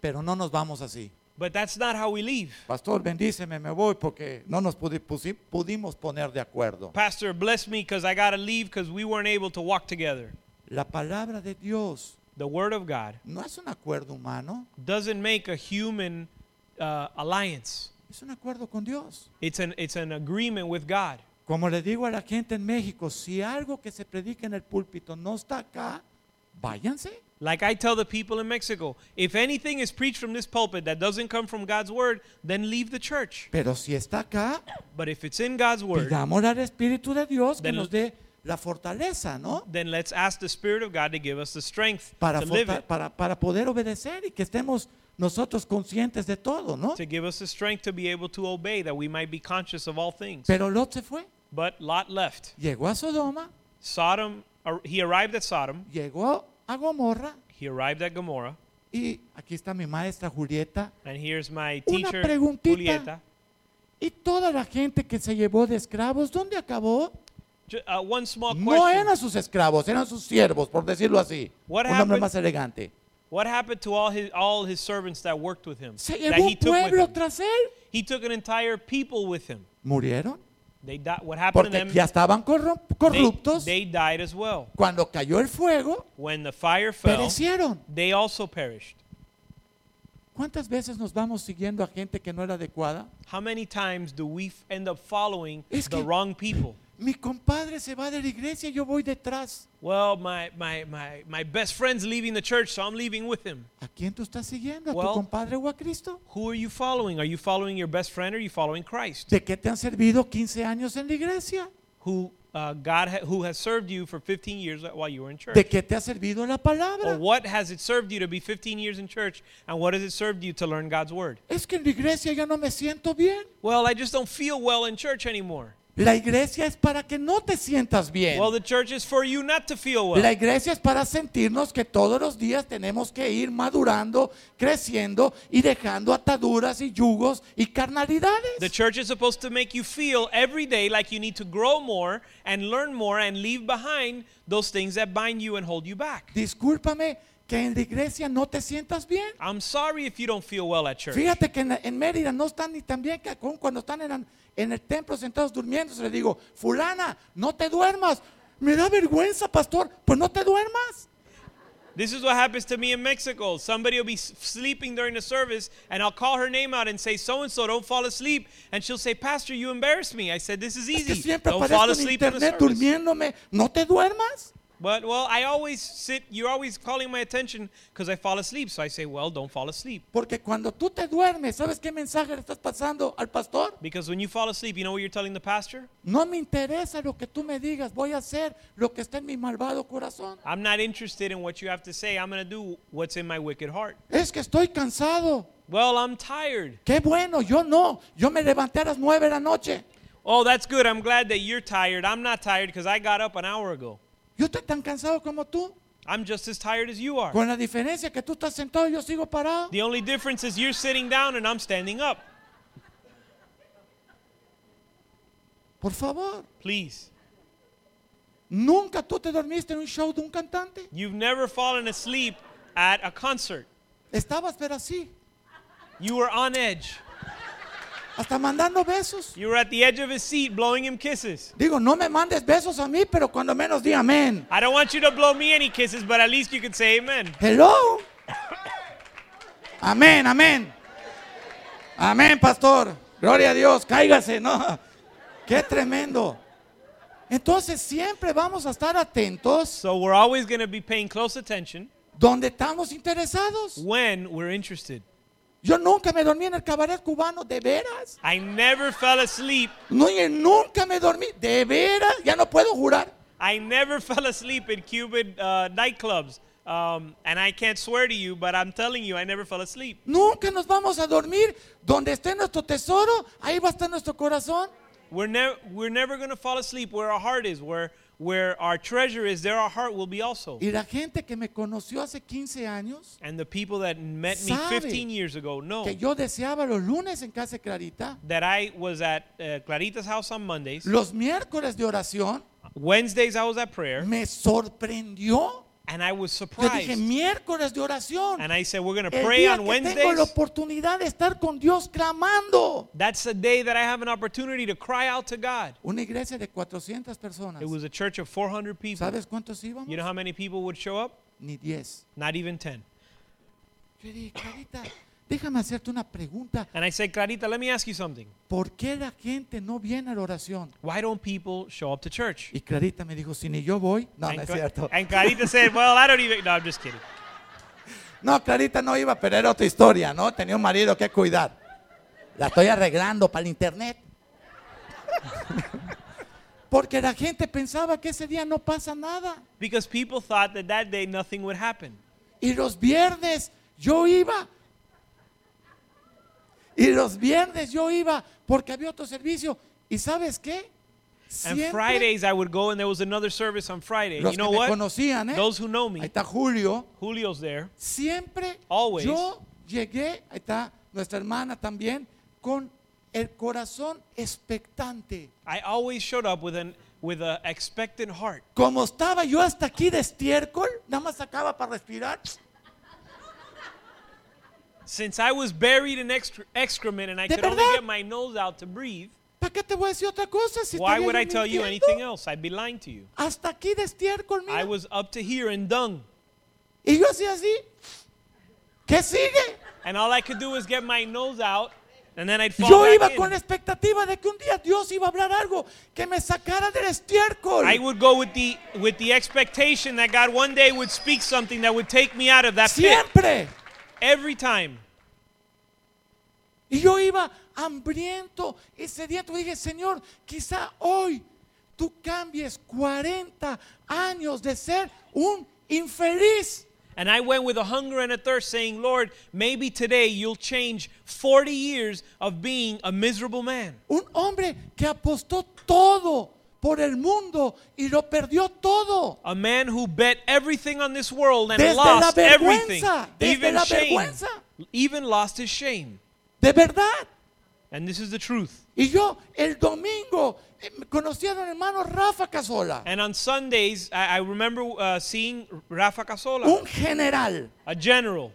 S3: Pero no nos vamos así.
S4: But that's not how we leave.
S3: Pastor, bendíceme, me voy porque no nos pudi- pusi- pudimos poner de acuerdo.
S4: Pastor, bless me because I got to leave because we weren't able to walk together.
S3: La palabra de Dios
S4: The Word of God
S3: no es un acuerdo humano,
S4: doesn't make a human uh, alliance,
S3: es un acuerdo con Dios.
S4: it's an, it's an agreement with God.
S3: Como le digo a la gente en México, si algo que se predica en el púlpito no está acá, váyanse.
S4: Like I tell the people in Mexico, if anything is preached from this pulpit that doesn't come from God's Word, then leave the church.
S3: Pero si está acá,
S4: But if it's in God's Word,
S3: pidámosle al Espíritu de Dios que
S4: Del-
S3: nos dé la fortaleza, ¿no?
S4: then let's ask the Spirit of God to give us the strength
S3: para,
S4: to live
S3: forta-
S4: it,
S3: para, para poder obedecer y que estemos nosotros conscientes de todo, ¿no?
S4: to give us the strength to be able to obey, that we might be conscious of all things.
S3: Pero Lot se fue,
S4: But Lot left.
S3: llegó a Sodoma,
S4: Sodom, ar- he arrived at Sodom,
S3: llegó a Gomorra
S4: he arrived at Gomorrah,
S3: y aquí está mi maestra Julieta
S4: and here's my
S3: Una
S4: teacher
S3: preguntita.
S4: Julieta.
S3: y toda la gente que se llevó de esclavos, ¿dónde acabó?
S4: Ju- uh, one small question.
S3: No eran sus esclavos, eran sus siervos, por decirlo así.
S4: What
S3: Un hombre
S4: happened?
S3: más elegante.
S4: What happened to all his all his servants that worked with him?
S3: Se
S4: that
S3: llevó un pueblo
S4: him?
S3: tras él.
S4: He took an entire people with him.
S3: Murieron
S4: They di- what happened to
S3: porque
S4: them?
S3: ya estaban corrom-
S4: they,
S3: corruptos.
S4: they died as well.
S3: Cuando cayó el fuego,
S4: When the fire fell,
S3: perecieron.
S4: they also perished.
S3: ¿Cuántas veces nos vamos siguiendo a gente que no era adecuada?
S4: How many times do we f- end up following
S3: Es
S4: the
S3: que-
S4: wrong people?
S3: Mi compadre se va de la iglesia y yo voy detrás.
S4: Well, my, my, my, my best friend's leaving the church, so I'm leaving with him.
S3: ¿A quién tú estás siguiendo? ¿A
S4: Well-
S3: tu compadre o a Cristo?
S4: Who are you following? Are you following your best friend or are you following Christ?
S3: ¿De qué te han servido 15 años en la iglesia?
S4: Who uh, God ha- who has served you for 15 years while you were in church?
S3: ¿De qué te ha servido la
S4: Or
S3: palabra?
S4: what has it served you to be 15 years in church and what has it served you to learn God's word?
S3: Es que en la iglesia ya no me siento bien.
S4: Well, I just don't feel well in church anymore.
S3: La iglesia es para que no te sientas bien.
S4: Well, the church is for you not to feel well.
S3: La iglesia es para sentirnos que todos los días tenemos que ir madurando, creciendo y dejando ataduras y yugos y carnalidades.
S4: The church is supposed to make you feel every day like you need to grow more and learn more and leave behind those things that bind you and hold you back.
S3: Discúlpame que en la iglesia no te sientas bien.
S4: I'm sorry if you don't feel well at church.
S3: Fíjate que en, la- en Mérida no están ni tan bien que aún cuando están en, la- en el templo sentados durmiendo. Se le digo, fulana, no te duermas. Me da vergüenza, pastor. Pues no te duermas.
S4: This is what happens to me in Mexico. Somebody will be s- sleeping during the service, and I'll call her name out and say, "So and so, don't fall asleep." And she'll say, "Pastor, you embarrass me." I said, "This is
S3: Es
S4: easy.
S3: que siempre
S4: don't fall
S3: aparezco en
S4: asleep in the
S3: internet
S4: service."
S3: durmiéndome. No te duermas.
S4: But well, I always sit. You're always calling my attention because I fall asleep. So I say, "Well, don't fall asleep."
S3: Porque cuando tú te duermes, ¿sabes qué mensaje le estás pasando al pastor?
S4: Because when you fall asleep, you know what you're telling the pastor?
S3: No me interesa lo que tú me digas. Voy a hacer lo que está en mi malvado corazón.
S4: I'm not interested in what you have to say. I'm going to do what's in my wicked heart.
S3: Es que estoy cansado.
S4: Well, I'm tired.
S3: Qué bueno, yo no. Yo me levanté a las nueve de la noche.
S4: Oh, that's good. I'm glad that you're tired. I'm not tired because I got up an hour ago.
S3: Yo estoy tan cansado como tú.
S4: I'm just as tired as you are.
S3: Con la diferencia que tú estás sentado y yo sigo parado.
S4: The only difference is you're sitting down and I'm standing up.
S3: Por favor,
S4: Please.
S3: nunca tú te dormiste en un show de un cantante.
S4: You've never fallen asleep at a concert.
S3: Estabas pero así.
S4: You were on edge.
S3: Hasta mandando besos.
S4: You were at the edge of his seat blowing him kisses.
S3: Digo, no me mandes besos a mí, pero cuando menos di amén.
S4: I don't want you to blow me any kisses, but at least you can say amen.
S3: Hello. Amén, amén. Amén, pastor. Gloria a Dios. Cáigase, ¿no? Qué tremendo. Entonces siempre vamos a estar atentos
S4: So we're always going to be paying close attention
S3: donde estamos interesados.
S4: when we're interested.
S3: Yo nunca me dormí en el cabaret cubano, de veras.
S4: I never fell asleep.
S3: No, y nunca me dormí, de veras. Ya no puedo jurar.
S4: I never fell asleep in Cuban uh, nightclubs. Um, and I can't swear to you, but I'm telling you, I never fell asleep.
S3: Nunca nos vamos a dormir. Donde esté nuestro tesoro, ahí va a estar nuestro corazón.
S4: We're, never we're never going to fall asleep where our heart is, where, where our treasure is, there our heart will be also.
S3: Y la gente que me conoció hace 15 años,
S4: And the people that met me
S3: Sabe
S4: 15 years ago know
S3: que yo deseaba los lunes en casa de Clarita,
S4: that I was at uh, Clarita's house on Mondays.
S3: los miércoles de oración,
S4: Wednesdays, I was at prayer.
S3: me sorprendió.
S4: And I was
S3: Le dije,
S4: surprised.
S3: miércoles de oración.
S4: And I said, we're going to
S3: El
S4: pray
S3: día
S4: on
S3: que tengo la
S4: Wednesdays.
S3: oportunidad de estar con Dios clamando.
S4: That's the day that I have an opportunity to cry out to God.
S3: Una iglesia de 400 personas.
S4: It was a church of 400 people.
S3: ¿Sabes cuántos íbamos?
S4: You know how many people would show up?
S3: Ni 10.
S4: Not even 10.
S3: Yo le dije, Clarita, déjame hacerte una pregunta.
S4: And I said, Clarita, let me ask you something.
S3: ¿Por qué la gente no viene a la oración?
S4: Why don't people show up to church?
S3: Y Clarita me dijo, si ni yo voy. No,
S4: and,
S3: no es
S4: Cla-
S3: cierto.
S4: and Clarita said, well, I don't even. No, I'm just kidding.
S3: No, Clarita no iba, pero era otra historia, ¿no? Tenía un marido que cuidar. La estoy arreglando para el internet. Porque la gente pensaba que ese día no pasa nada.
S4: Because people thought that that day nothing would happen.
S3: Y los viernes yo iba. Y los viernes yo iba porque había otro servicio. ¿Y sabes qué?
S4: And
S3: Siempre
S4: Fridays, I would go and there was another service on Friday.
S3: los
S4: you know
S3: que
S4: what?
S3: me conocían, ¿eh?
S4: Those who know
S3: Ahí
S4: me,
S3: está Julio.
S4: Julio's there.
S3: Siempre
S4: Always.
S3: yo llegué, ahí está nuestra hermana también, con el corazón expectante.
S4: I always showed up with an with a expectant heart.
S3: Como estaba yo hasta aquí de estiércol, nada más sacaba para respirar.
S4: Since I was buried in excre- excrement and I
S3: ¿De
S4: could only
S3: verdad?
S4: get my nose out to breathe,
S3: ¿Para qué te voy a decir otra cosa? Si
S4: why
S3: estaría
S4: would
S3: yo
S4: I tell you
S3: mintiendo?
S4: anything else? I'd be lying to you.
S3: Hasta aquí de estiércol, mira.
S4: I was up to here in dung,
S3: Y yo hacía así. ¿Qué sigue?
S4: and all I could do was get my nose out, and then I'd fall
S3: Yo iba
S4: back in.
S3: con la expectativa de que un día Dios iba a hablar algo que me sacara del estiércol.
S4: I would go with the with the expectation that God one day would speak something that would take me out of that pit.
S3: Siempre.
S4: Every time,
S3: Y yo iba hambriento y sediento. Y dije, Señor, quizá hoy tú cambies 40 años de ser un infeliz.
S4: And I went with a hunger and a thirst, saying, Lord, maybe today you'll change 40 years of being a miserable man.
S3: Un hombre que apostó todo por el mundo y lo perdió todo.
S4: A man who bet everything on this world and
S3: Desde la
S4: lost everything.
S3: vergüenza, desde
S4: Even
S3: la
S4: shame.
S3: vergüenza.
S4: Even lost his shame.
S3: De verdad.
S4: And this is the truth.
S3: Y yo el domingo eh, conocí a don hermano Rafa Casola,
S4: And on Sundays, I, I remember uh, seeing Rafa Casola,
S3: un general.
S4: a general,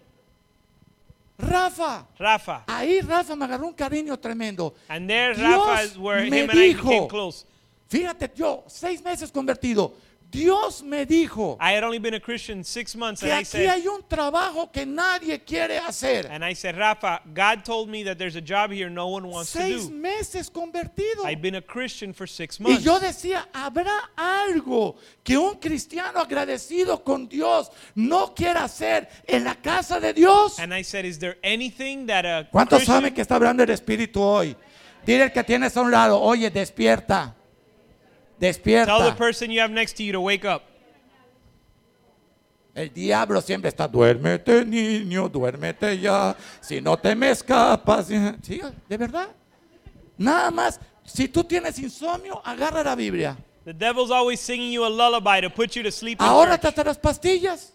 S3: Rafa,
S4: Rafa.
S3: ahí Rafa me agarró un cariño tremendo.
S4: And there,
S3: Dios
S4: Rafa is where
S3: me
S4: him and I became
S3: dijo,
S4: close.
S3: fíjate, yo seis meses convertido, Dios me dijo
S4: I had only been a Christian six months,
S3: que
S4: and I
S3: aquí
S4: said,
S3: hay un trabajo que nadie quiere hacer.
S4: and I said, Rafa, God told me that there's a job here no one wants to
S3: Seis
S4: do.
S3: meses convertido.
S4: I've been a Christian for six
S3: Y
S4: months.
S3: yo decía, habrá algo que un cristiano agradecido con Dios no quiera hacer en la casa de Dios.
S4: and I said, is there anything that a
S3: ¿Cuántos
S4: Christian-
S3: saben que está hablando el Espíritu hoy? Dile al que tienes a un lado, oye, despierta.
S4: tell the
S3: Despierta.
S4: person you have next to you to wake up?
S3: El diablo siempre está, duérmete niño, duérmete ya. Si no te me escapas. Sí, de verdad. Nada más, si tú tienes insomnio, agarra la Biblia.
S4: The devil's always singing you a lullaby to put you to sleep. in church.
S3: Ahórrate las pastillas.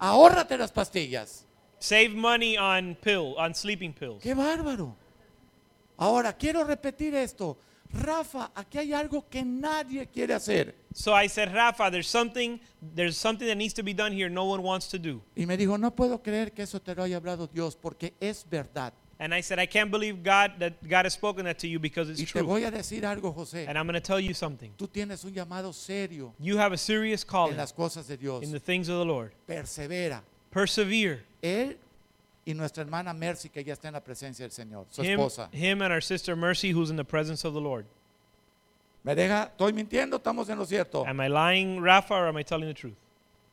S3: Ahórrate las pastillas.
S4: Save money on pill, on sleeping pills.
S3: Qué bárbaro. Ahora, quiero repetir esto. Rafa, aquí hay algo que nadie quiere hacer.
S4: So I said, Rafa, there's something, there's something that needs to be done here. No one wants to do.
S3: Y me dijo, no puedo creer que eso te lo haya hablado Dios, porque es verdad.
S4: And I said, I can't believe God that God has spoken that to you because it's
S3: Y te
S4: true.
S3: voy a decir algo, José.
S4: And I'm going to tell you something.
S3: Tú tienes un llamado serio
S4: You have a serious
S3: en
S4: calling
S3: las cosas de Dios.
S4: in the things of the Lord.
S3: Persevera.
S4: Persevere.
S3: Él y nuestra hermana Mercy, que ya está en la presencia del Señor, su
S4: Him,
S3: esposa.
S4: him and our sister Mercy, who's in the presence of the Lord.
S3: ¿Me deja? ¿Estoy mintiendo? Estamos en lo cierto.
S4: Am I lying, Rafa, or am I telling the truth?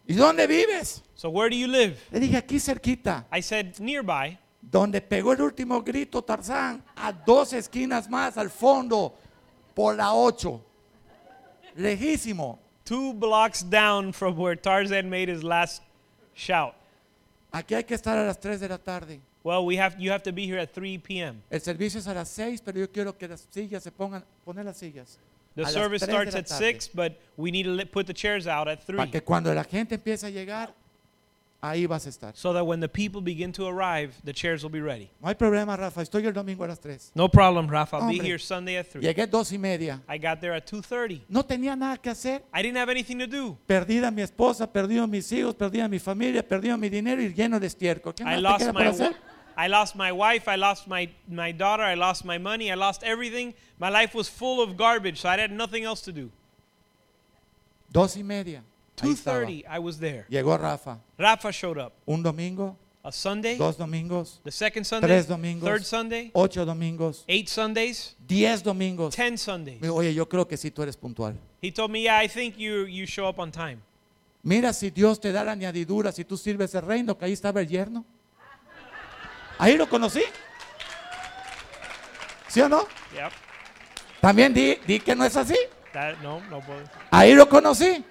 S3: ¿Y dónde vives?
S4: So where do you live?
S3: Le dije, aquí cerquita,
S4: I said, nearby.
S3: donde pegó el último grito Tarzán, a dos esquinas más al fondo, por la 8. Lejísimo.
S4: two blocks down from where Tarzan made his last shout.
S3: Aquí hay que estar a las 3 de la tarde.
S4: Well, we have you have to be here at 3 p.m.
S3: El servicio es a las 6, pero yo quiero que las sillas se pongan, poner las sillas.
S4: The
S3: a las 3
S4: service
S3: de
S4: starts
S3: la
S4: at
S3: tarde,
S4: 6, but we need to li- put the chairs out at 3
S3: Para que cuando la gente empiece a llegar, ahí vas a estar.
S4: so that when the people begin to arrive, the chairs will be ready.
S3: No hay problema, Rafa. Estoy el domingo a las 3.
S4: No problem, Rafa. I'll be
S3: Hombre.
S4: here Sunday at 3.
S3: Llegué dos y media.
S4: I got there at 2:30.
S3: No tenía nada que hacer.
S4: I didn't have anything to do.
S3: Perdida mi esposa, perdido mis hijos, perdida mi familia, perdido mi dinero y lleno de estiércol. ¿Qué
S4: I
S3: más te
S4: lost
S3: queda para
S4: my wi-
S3: hacer?
S4: I lost my wife, I lost my, my daughter, I lost my money, I lost everything. My life was full of garbage, so I had nothing else to do.
S3: Dos y media. Ahí estaba.
S4: 2:30 I was there.
S3: Llegó Rafa.
S4: Rafa showed up.
S3: Un domingo,
S4: A Sunday,
S3: dos domingos,
S4: the second Sunday,
S3: tres domingos,
S4: third Sunday,
S3: ocho domingos,
S4: eight Sundays,
S3: diez domingos.
S4: ten Sundays.
S3: Me dijo, Oye, yo creo que sí tú eres puntual.
S4: He told me, "Yeah, I think you you show up on time."
S3: Mira si Dios te da la añadidura, si tú sirves el reino, que ahí estaba el yerno. Ahí lo conocí. ¿Sí o no?
S4: Yep.
S3: También di, di que no es así.
S4: That no, no puedo.
S3: Ahí lo conocí.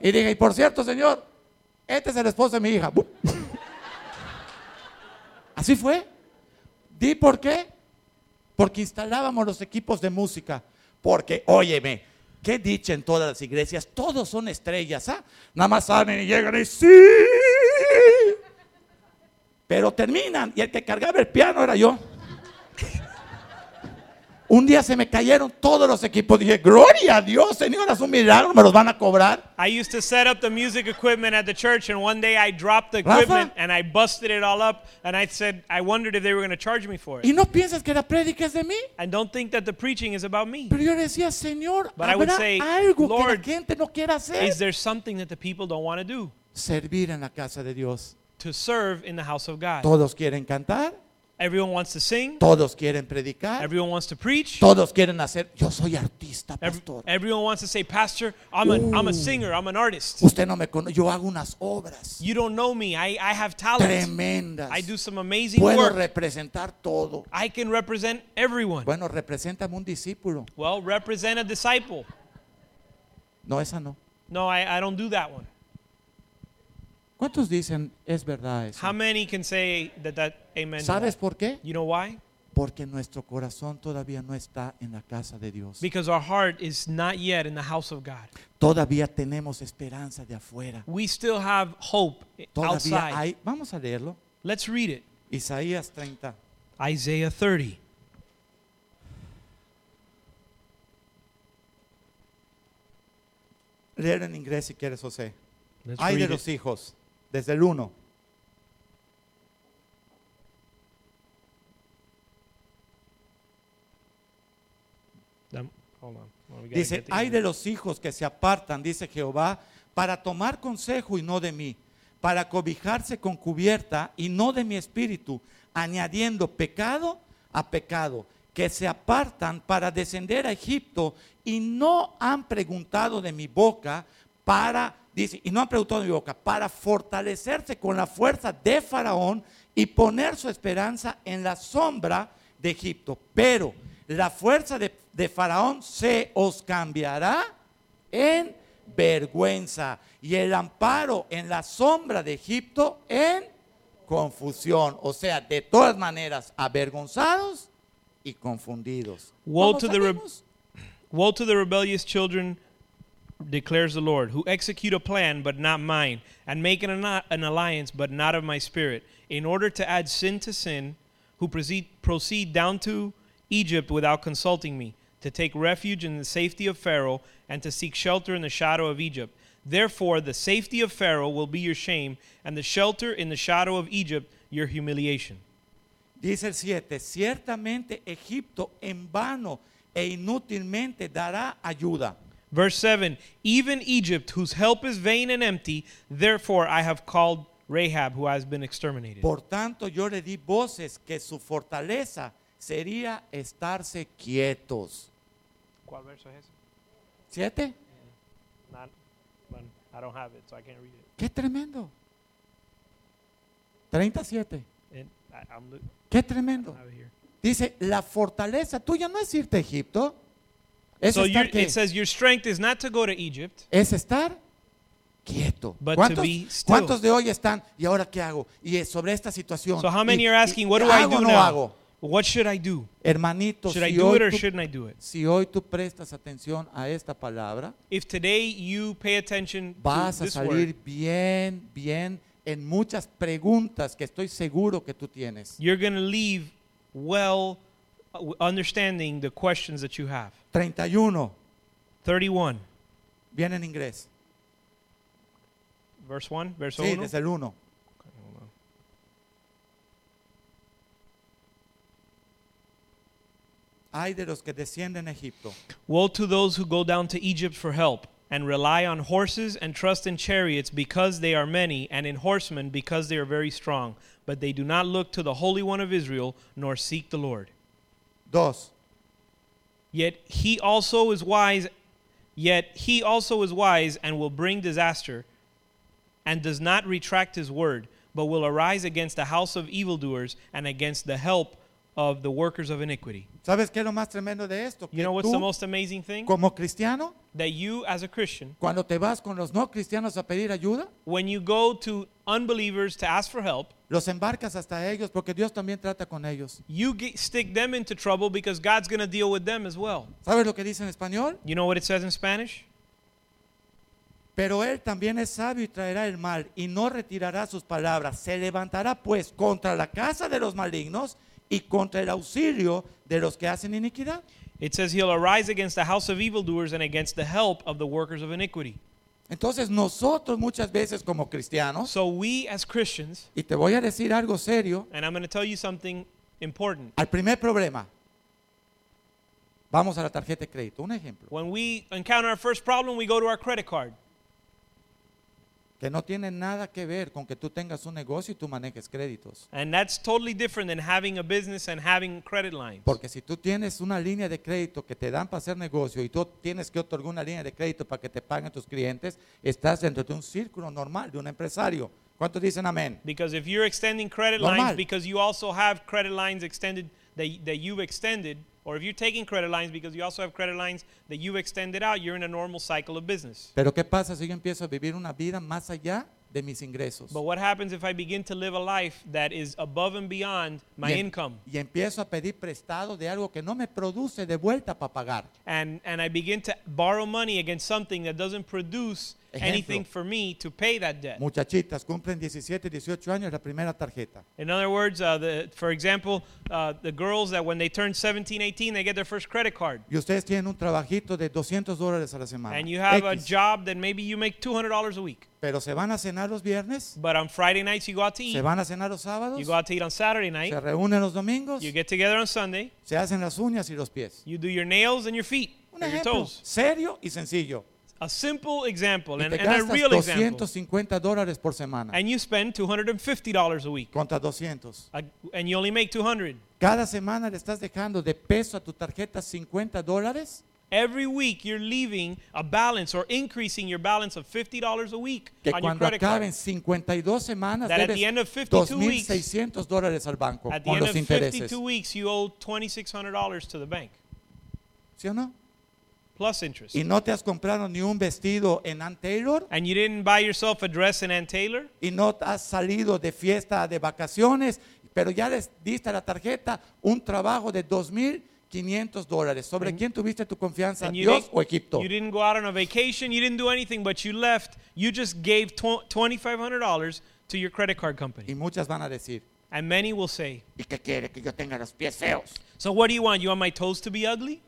S3: Y dije, y por cierto, señor, este es el esposo de mi hija. ¡Bum! Así fue. Di por qué. Porque instalábamos los equipos de música. Porque, óyeme, qué dicha en todas las iglesias, todos son estrellas, ¿ah? Nada más salen y llegan y sí. Pero terminan y el que cargaba el piano era yo. Un día se me cayeron todos los equipos. Dije, gloria a Dios, Señor, haz un milagro, me los van a cobrar.
S4: I used to set up the music equipment at the church, and one day I dropped the
S3: Rafa?
S4: equipment and I busted it all up. And I said, I wondered if they were going to charge me for
S3: Y
S4: it.
S3: no piensas que la prédica es de mí.
S4: And don't think that the preaching is about me.
S3: Pero yo le decía, Señor,
S4: But I would
S3: habrá
S4: say,
S3: algo que
S4: Lord,
S3: la gente no quiera hacer.
S4: Is there something that the people don't want to do
S3: Servir en la casa de Dios.
S4: to serve in the house of God?
S3: Todos quieren cantar,
S4: Everyone wants to sing.
S3: todos quieren predicar,
S4: Everyone wants to preach.
S3: todos quieren hacer. Yo soy artista,
S4: Every-
S3: pastor.
S4: everyone wants to say, Pastor, I'm a, am a singer, I'm an artist.
S3: Usted no me conoce. Yo hago unas obras
S4: You don't know me. I, I have talent.
S3: tremendas.
S4: I do some amazing
S3: Puedo
S4: work.
S3: representar todo.
S4: I can represent everyone.
S3: Bueno, represéntame un discípulo.
S4: Well, represent a disciple.
S3: No, esa no.
S4: No, I, I don't do that one.
S3: ¿Cuántos dicen es verdad eso?
S4: How many can say that that amen? to
S3: ¿Sabes
S4: that?
S3: por qué?
S4: You know why?
S3: Porque nuestro corazón todavía no está en la casa de Dios.
S4: Because our heart is not yet in the house of God.
S3: Todavía tenemos esperanza de afuera.
S4: We still have hope i-
S3: Todavía
S4: outside.
S3: hay. Vamos a leerlo.
S4: Let's read it.
S3: Isaías 30.
S4: Isaiah 30.
S3: Leer en inglés si quieres, José.
S4: Let's
S3: Hay de
S4: read
S3: los
S4: it.
S3: hijos, desde el 1.
S4: Um, Hold on. Well, we gotta
S3: Dice,
S4: get the-
S3: hay de los hijos que se apartan, dice Jehová, para tomar consejo y no de mí, para cobijarse con cubierta y no de mi espíritu, añadiendo pecado a pecado, que se apartan para descender a Egipto y no han preguntado de mi boca para, dice, y no han preguntado de mi boca, para fortalecerse con la fuerza de Faraón y poner su esperanza en la sombra de Egipto. Pero la fuerza de, de Faraón se os cambiará en vergüenza y el amparo en la sombra de Egipto en confusión. O sea, de todas maneras, avergonzados y confundidos.
S4: Woe
S3: ¿Cómo
S4: to the reb-
S3: sabemos?
S4: Woe to the rebellious children, declares the Lord, who execute a plan but not mine, and make an, an alliance but not of my spirit, in order to add sin to sin, who proceed, proceed down to Egypt without consulting me, to take refuge in the safety of Pharaoh, and to seek shelter in the shadow of Egypt. Therefore, the safety of Pharaoh will be your shame, and the shelter in the shadow of Egypt your humiliation.
S3: Dice el 7, ciertamente Egipto en vano e inútilmente dará ayuda.
S4: Verse 7 Even Egypt, whose help is vain and empty, therefore I have called Rahab, who has been exterminated.
S3: Por tanto yo le di voces que su fortaleza sería estarse quietos. ¿Siete?
S4: Not, but I don't have it, so I can't read it.
S3: Qué tremendo. 37.
S4: And I, I'm, look-
S3: Qué
S4: I
S3: tremendo.
S4: don't have it here.
S3: Dice, la fortaleza tuya no es irte a Egipto. Es,
S4: So
S3: estar,
S4: your-
S3: ¿qué?
S4: it says your strength is not to go to Egypt.
S3: es estar quieto.
S4: But to
S3: ¿Cuántos,
S4: be still.
S3: cuántos de hoy están? ¿Y ahora qué hago? Y es sobre esta situación.
S4: So how many
S3: y-
S4: are asking,
S3: y-
S4: what do I
S3: ¿hago o
S4: do
S3: no
S4: now?
S3: hago?
S4: What should I do?
S3: Hermanito,
S4: Should I
S3: si
S4: do
S3: hoy,
S4: it or
S3: tú,
S4: shouldn't I do it?
S3: si hoy tú prestas atención a esta palabra,
S4: If today you pay attention to
S3: vas a
S4: this
S3: salir
S4: word,
S3: bien, bien en muchas preguntas que estoy seguro que tú tienes.
S4: you're going to leave well uh, w- understanding the questions that you have.
S3: 31,
S4: 31,
S3: viene en inglés.
S4: verse 1, verse
S3: Sí,
S4: 1.
S3: desde el 1. Hay de los que descienden a Egipto.
S4: Woe to those who go down to Egypt for help and rely on horses and trust in chariots because they are many and in horsemen because they are very strong, but they do not look to the Holy One of Israel nor seek the Lord.
S3: Dos,
S4: Yet he also is wise, yet he also is wise and will bring disaster and does not retract his word, but will arise against the house of evildoers and against the help of the workers of iniquity.
S3: ¿Sabes qué es lo más tremendo de esto?
S4: You know
S3: Que
S4: what's the
S3: tú,
S4: most amazing thing?
S3: como cristiano,
S4: That you, as a Christian,
S3: cuando te vas con los no cristianos a pedir ayuda,
S4: when you go to unbelievers to ask for help,
S3: los embarcas hasta ellos porque Dios también trata con ellos.
S4: you get, stick them into trouble because God's going to deal with them as well.
S3: ¿Sabes lo que dice en español?
S4: You know what it says in Spanish?
S3: Pero él también es sabio y traerá el mal y no retirará sus palabras. Se levantará pues contra la casa de los malignos y contra el auxilio de los que hacen iniquidad.
S4: It says he'll arise against the house of evildoers and against the help of the workers of iniquity.
S3: Entonces nosotros muchas veces como cristianos,
S4: So we as Christians,
S3: y te voy a decir algo serio,
S4: and I'm going to tell you something important.
S3: al primer problema, vamos a la tarjeta de crédito. Un ejemplo,
S4: When we encounter our first problem, we go to our credit card.
S3: que no tiene nada que ver con que tú tengas un negocio y tú manejes créditos.
S4: And that's totally different than having a business and having credit lines.
S3: Porque si tú tienes una línea de crédito que te dan para hacer negocio y tú tienes que otorgar una línea de crédito para que te paguen tus clientes, estás dentro de un círculo normal de un empresario. ¿Cuántos dicen amén?
S4: Because if you're extending credit
S3: Normal.
S4: lines, because you also have credit lines extended that, that you've extended, or if you're taking credit lines because you also have credit lines that you've extended out, you're in a normal cycle of business.
S3: Pero ¿qué pasa si yo empiezo a vivir una vida más allá de mis ingresos?
S4: But what happens if I begin to live a life that is above and beyond my
S3: y, em-
S4: income?
S3: y empiezo a pedir prestado de algo que no me produce de vuelta para pagar.
S4: and and I begin to borrow money against something that doesn't produce
S3: Ejemplo.
S4: anything for me to pay that debt.
S3: Muchachitas, cumplen 17, 18 años la primera tarjeta.
S4: In other words, uh, the, for example, uh, the girls that when they turn 17, 18, they get their first credit card.
S3: Y ustedes tienen un trabajito de 200 dólares a la semana.
S4: And you have a
S3: Ah, X.
S4: job that maybe you make $200 a week.
S3: Pero se van a cenar los viernes,
S4: But on Friday nights, you go out to eat.
S3: se van a cenar los sábados,
S4: You go out to eat on Saturday night.
S3: se reúnen los domingos,
S4: You get together on Sunday.
S3: se hacen las uñas y los pies.
S4: You do your nails and your feet,
S3: Un
S4: or your
S3: ejemplo
S4: toes.
S3: serio y sencillo.
S4: A simple example
S3: Y
S4: and,
S3: te
S4: and a
S3: gastas
S4: real example.
S3: 250 dólares por semana
S4: And you spend $250 a week,
S3: contra 200.
S4: uh, and you only make 200.
S3: Cada semana le estás dejando de peso a tu tarjeta 50 dólares
S4: Every week you're leaving a balance or increasing your balance of $50 a week
S3: que
S4: on your
S3: cuando
S4: credit
S3: acaben
S4: card.
S3: 52 semanas
S4: That at
S3: debes
S4: the end of 52
S3: 2.600 dólares al banco
S4: At the
S3: con
S4: end
S3: los
S4: of
S3: intereses.
S4: 52 weeks you owe $2600 to the bank
S3: ¿Sí o no?
S4: plus interest.
S3: Y no te has comprado ni un vestido en Ann Taylor
S4: And you didn't buy yourself a dress in Ann Taylor
S3: y no has salido de fiesta de vacaciones, pero ya les diste a la tarjeta un trabajo de 2.500 dólares. ¿Sobre quién tuviste tu confianza,
S4: and you
S3: Dios
S4: didn't-
S3: o Egipto?
S4: you didn't go out on a vacation, you didn't do anything but you left, you just gave tw- $2500 to your credit card
S3: Y
S4: company.
S3: muchas van a decir,
S4: And many will say,
S3: ¿y qué quiere que yo tenga los pies feos
S4: "So what do you want? You want my toes to be ugly?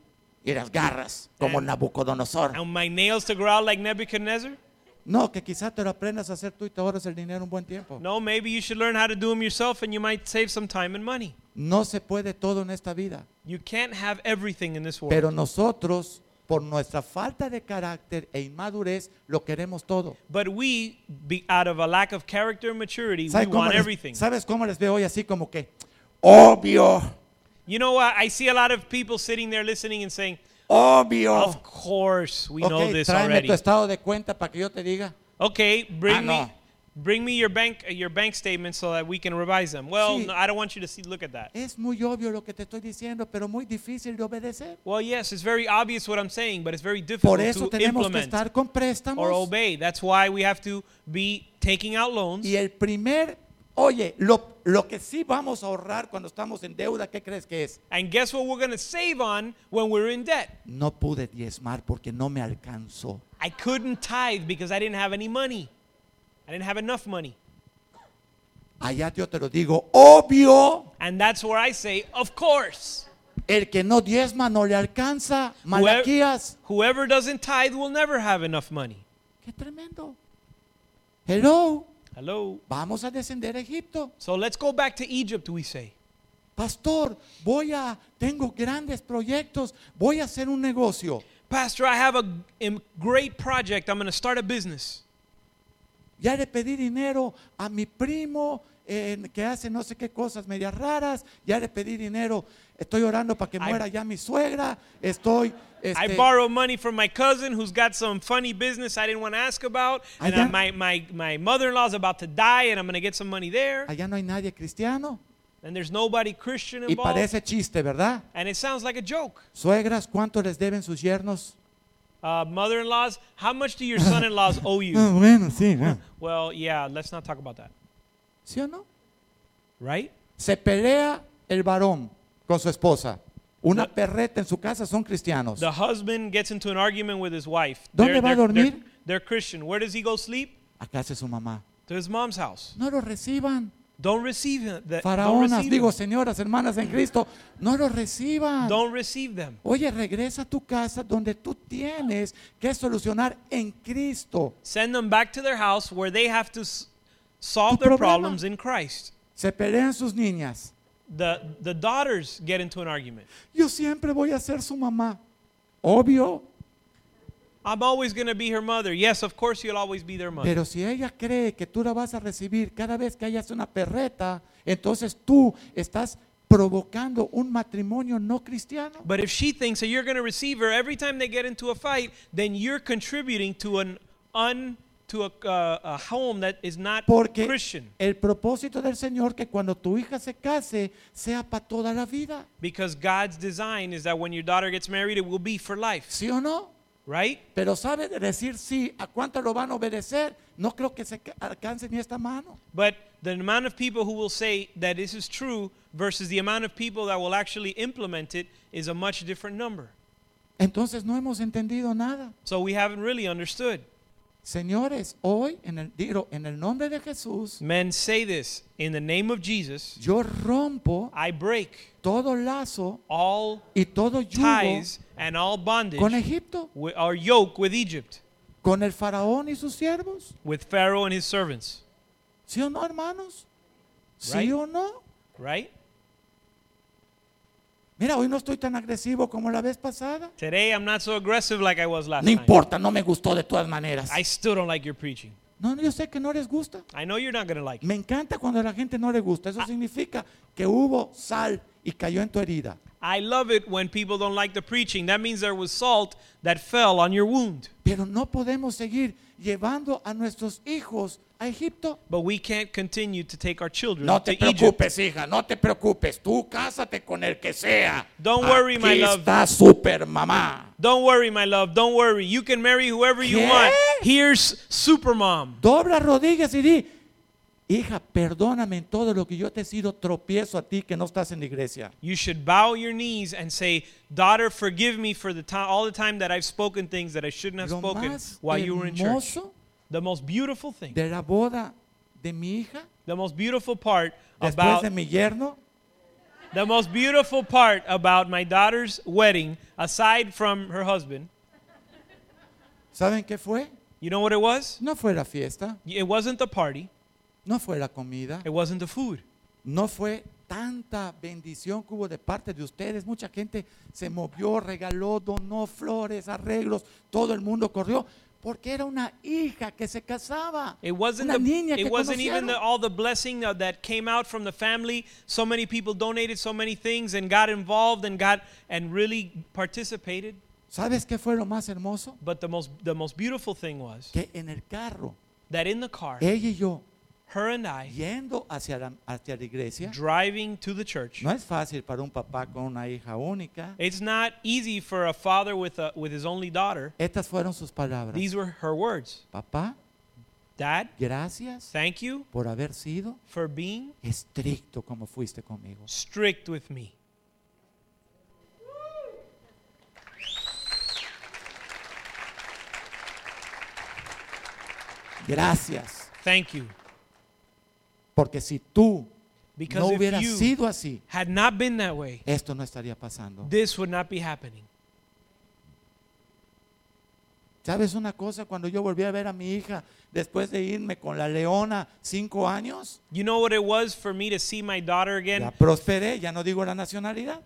S3: y las garras como
S4: And-
S3: Nabucodonosor?
S4: And my nails to grow out like Nebuchadnezzar?"
S3: No, que quizás te lo aprendas a hacer tú y te ahorras el dinero un buen tiempo.
S4: No, maybe you should learn how to do them yourself and you might save some time and money.
S3: No se puede todo en esta vida.
S4: You can't have everything in this world.
S3: Pero nosotros, por nuestra falta de carácter e inmadurez, lo queremos todo.
S4: but we, be, out of a lack of character and maturity, we
S3: ¿Sabe cómo
S4: want
S3: les-
S4: everything.
S3: ¿Sabes cómo les veo hoy así como que, obvio,
S4: You know what? I see a lot of people sitting there listening and saying,
S3: obvio?
S4: Of course, we know
S3: Oh. Ok,
S4: this
S3: tráeme
S4: already.
S3: tu estado de cuenta para que yo te diga.
S4: Okay, bring
S3: Ah,
S4: me
S3: no.
S4: bring me your bank uh, your bank statement so that we can revise them. Well,
S3: Sí.
S4: no, I don't want you to see look at that.
S3: Es muy obvio lo que te estoy diciendo, pero muy difícil de obedecer.
S4: Well, yes, it's very obvious what I'm saying, but it's very difficult
S3: Por eso
S4: to
S3: tenemos que
S4: implement
S3: estar con
S4: or
S3: préstamos.
S4: obey. That's why we have to be taking out loans.
S3: Y el primer, oye, lo, lo que sí vamos a ahorrar cuando estamos en deuda, ¿qué crees que es?
S4: And guess what we're going to save on when we're in debt?
S3: No pude diezmar porque no me alcanzó.
S4: I couldn't tithe because I didn't have any money. I didn't have enough money.
S3: Allá yo te lo digo, obvio,
S4: And that's where I say, of course.
S3: el que no diezma no le alcanza. Malaquías,
S4: Whoever doesn't tithe will never have enough money.
S3: qué tremendo. Hello,
S4: Hello.
S3: vamos a descender a Egipto.
S4: So let's go back to Egypt, we say.
S3: Pastor, voy a, tengo grandes proyectos, voy a hacer un negocio.
S4: Pastor, I have a a great project. I'm going to start a business.
S3: Ya le pedí dinero a mi primo eh, que hace no sé qué cosas medias raras. Ya le pedí dinero. Estoy orando para que muera ya mi suegra. Estoy.
S4: I
S3: este,
S4: borrow money from my cousin who's got some funny business I didn't want to ask about. And I-
S3: Allá-
S4: my, my, my mother in law's about to die, and I'm going to get some money there.
S3: allá no hay nadie cristiano.
S4: And there's nobody Christian
S3: Y
S4: involved.
S3: parece chiste, ¿verdad?
S4: And it sounds like a joke.
S3: Suegras, ¿cuánto les deben sus yernos?
S4: Uh, mother in laws, how much do your son in laws owe
S3: Ah,
S4: you?
S3: bueno, sí. ah.
S4: Well, yeah, let's not talk about that.
S3: ¿Sí o no?
S4: Right?
S3: Se pelea el varón con su esposa. Una perreta en su casa son cristianos.
S4: The husband gets into an argument with his wife.
S3: ¿Dónde va a
S4: they're,
S3: dormir?
S4: they're Christian. Where does he go sleep?
S3: Acá hace su mamá.
S4: To his mom's house.
S3: No lo reciban.
S4: Don't receive him. that- don't
S3: Faraonas,
S4: receive
S3: digo,
S4: him.
S3: señoras, hermanas en Cristo, no lo reciban.
S4: Don't receive them.
S3: Oye, regresa a tu casa donde tú tienes que solucionar en Cristo.
S4: Send them back to their house where they have to s- solve
S3: Tu
S4: their
S3: problema.
S4: problems in Christ.
S3: Se pelean sus niñas.
S4: The, the daughters get into an argument.
S3: Yo siempre voy a ser su mamá. Obvio.
S4: I'm always going to be her mother. Yes, of course, you'll always be their mother.
S3: Pero si ella cree que tú la vas a recibir cada vez que hayas una perreta, entonces tú estás provocando un matrimonio no cristiano.
S4: But if she thinks that you're going to receive her every time they get into a fight, then you're contributing to an un to a, uh, a home that is not
S3: Porque
S4: Christian.
S3: el propósito del Señor que cuando tu hija se case sea para toda la vida.
S4: Because God's design is that when your daughter gets married, it will be for life,
S3: ¿Sí o no?
S4: right?
S3: Pero sabe decir sí, ¿a cuánto lo van a obedecer? No creo que se ca- alcance ni esta mano.
S4: But the amount of people who will say that this is true versus the amount of people that will actually implement it is a much different number.
S3: Entonces no hemos entendido nada.
S4: So we haven't really understood.
S3: Señores, hoy en el digo, en el nombre de Jesús,
S4: Men say this in the name of Jesus,
S3: yo rompo
S4: I break
S3: todo lazo
S4: all
S3: y todo yugo
S4: ties and all bondage
S3: con Egipto,
S4: wi- or yoke with Egypt,
S3: con el faraón y sus siervos.
S4: with Pharaoh and his servants,
S3: ¿Sí o no, hermanos? ¿Sí
S4: Right.
S3: o no?
S4: right?
S3: Mira, hoy no estoy tan agresivo como la vez pasada.
S4: Today I'm not so aggressive like I was last
S3: No
S4: time.
S3: importa, no me gustó de todas maneras.
S4: I still don't like your preaching.
S3: No, yo sé que no les gusta.
S4: I know you're not going to like it.
S3: Me encanta cuando a la gente no le gusta.
S4: Ah.
S3: Eso significa que hubo sal y cayó en tu herida.
S4: I love it when people don't like the preaching. That means there was salt that fell on your wound.
S3: Pero no podemos seguir llevando a nuestros hijos a Egipto.
S4: But we can't continue to take our children
S3: No te
S4: to Egypt.
S3: preocupes, hija, no te preocupes. Tú cásate con el que sea.
S4: Don't worry,
S3: Aquí
S4: my love.
S3: está super mamá.
S4: Don't worry, my love. Don't worry. You can marry whoever you
S3: ¿Qué?
S4: want. Here's Supermom.
S3: Dobla rodillas y di, hija, perdóname en todo lo que yo te he sido tropiezo a ti que no estás en la iglesia.
S4: You should bow your knees and say, "Daughter, forgive me for the time all the time that I've spoken things that I shouldn't have
S3: Lo
S4: spoken
S3: más
S4: while you were in church."
S3: hermoso
S4: The most beautiful thing,
S3: de la boda de mi hija,
S4: the most beautiful part
S3: después
S4: about
S3: de mi yerno,
S4: the most beautiful part about my daughter's wedding, aside from her husband,
S3: ¿saben qué fue?
S4: you know what it was?
S3: No fue la fiesta,
S4: It wasn't the party.
S3: no fue la comida,
S4: It wasn't the food.
S3: no fue tanta bendición que hubo de parte de ustedes. Mucha gente se movió, regaló, donó flores, arreglos. Todo el mundo corrió porque era una hija que se casaba.
S4: It wasn't,
S3: una
S4: the-
S3: niña que
S4: it wasn't
S3: conocieron.
S4: even the, all the blessing uh, that came out from the family. So many people donated so many things and got involved and got and really participated.
S3: ¿Sabes qué fue lo más hermoso?
S4: But the most the most beautiful thing was
S3: Que en el carro,
S4: that in the car,
S3: ella y yo,
S4: her and I
S3: yendo hacia la, hacia la iglesia,
S4: driving to the church.
S3: no es fácil para un papá con una hija única.
S4: It's not easy for a father with a with his only daughter.
S3: Estas fueron sus palabras.
S4: These were her words.
S3: Papá,
S4: Dad,
S3: gracias
S4: thank you
S3: por haber sido
S4: for being
S3: estricto como fuiste conmigo.
S4: strict with me.
S3: Gracias,
S4: Thank you.
S3: porque si tú no
S4: Because
S3: hubieras
S4: if you
S3: sido así,
S4: had not been that way,
S3: esto no estaría pasando.
S4: this would not be happening.
S3: ¿Sabes una cosa? Cuando yo volví a ver a mi hija después de irme con la leona cinco años,
S4: You know what it was for me to see my daughter
S3: la
S4: again?
S3: prosperé, ya no digo la nacionalidad.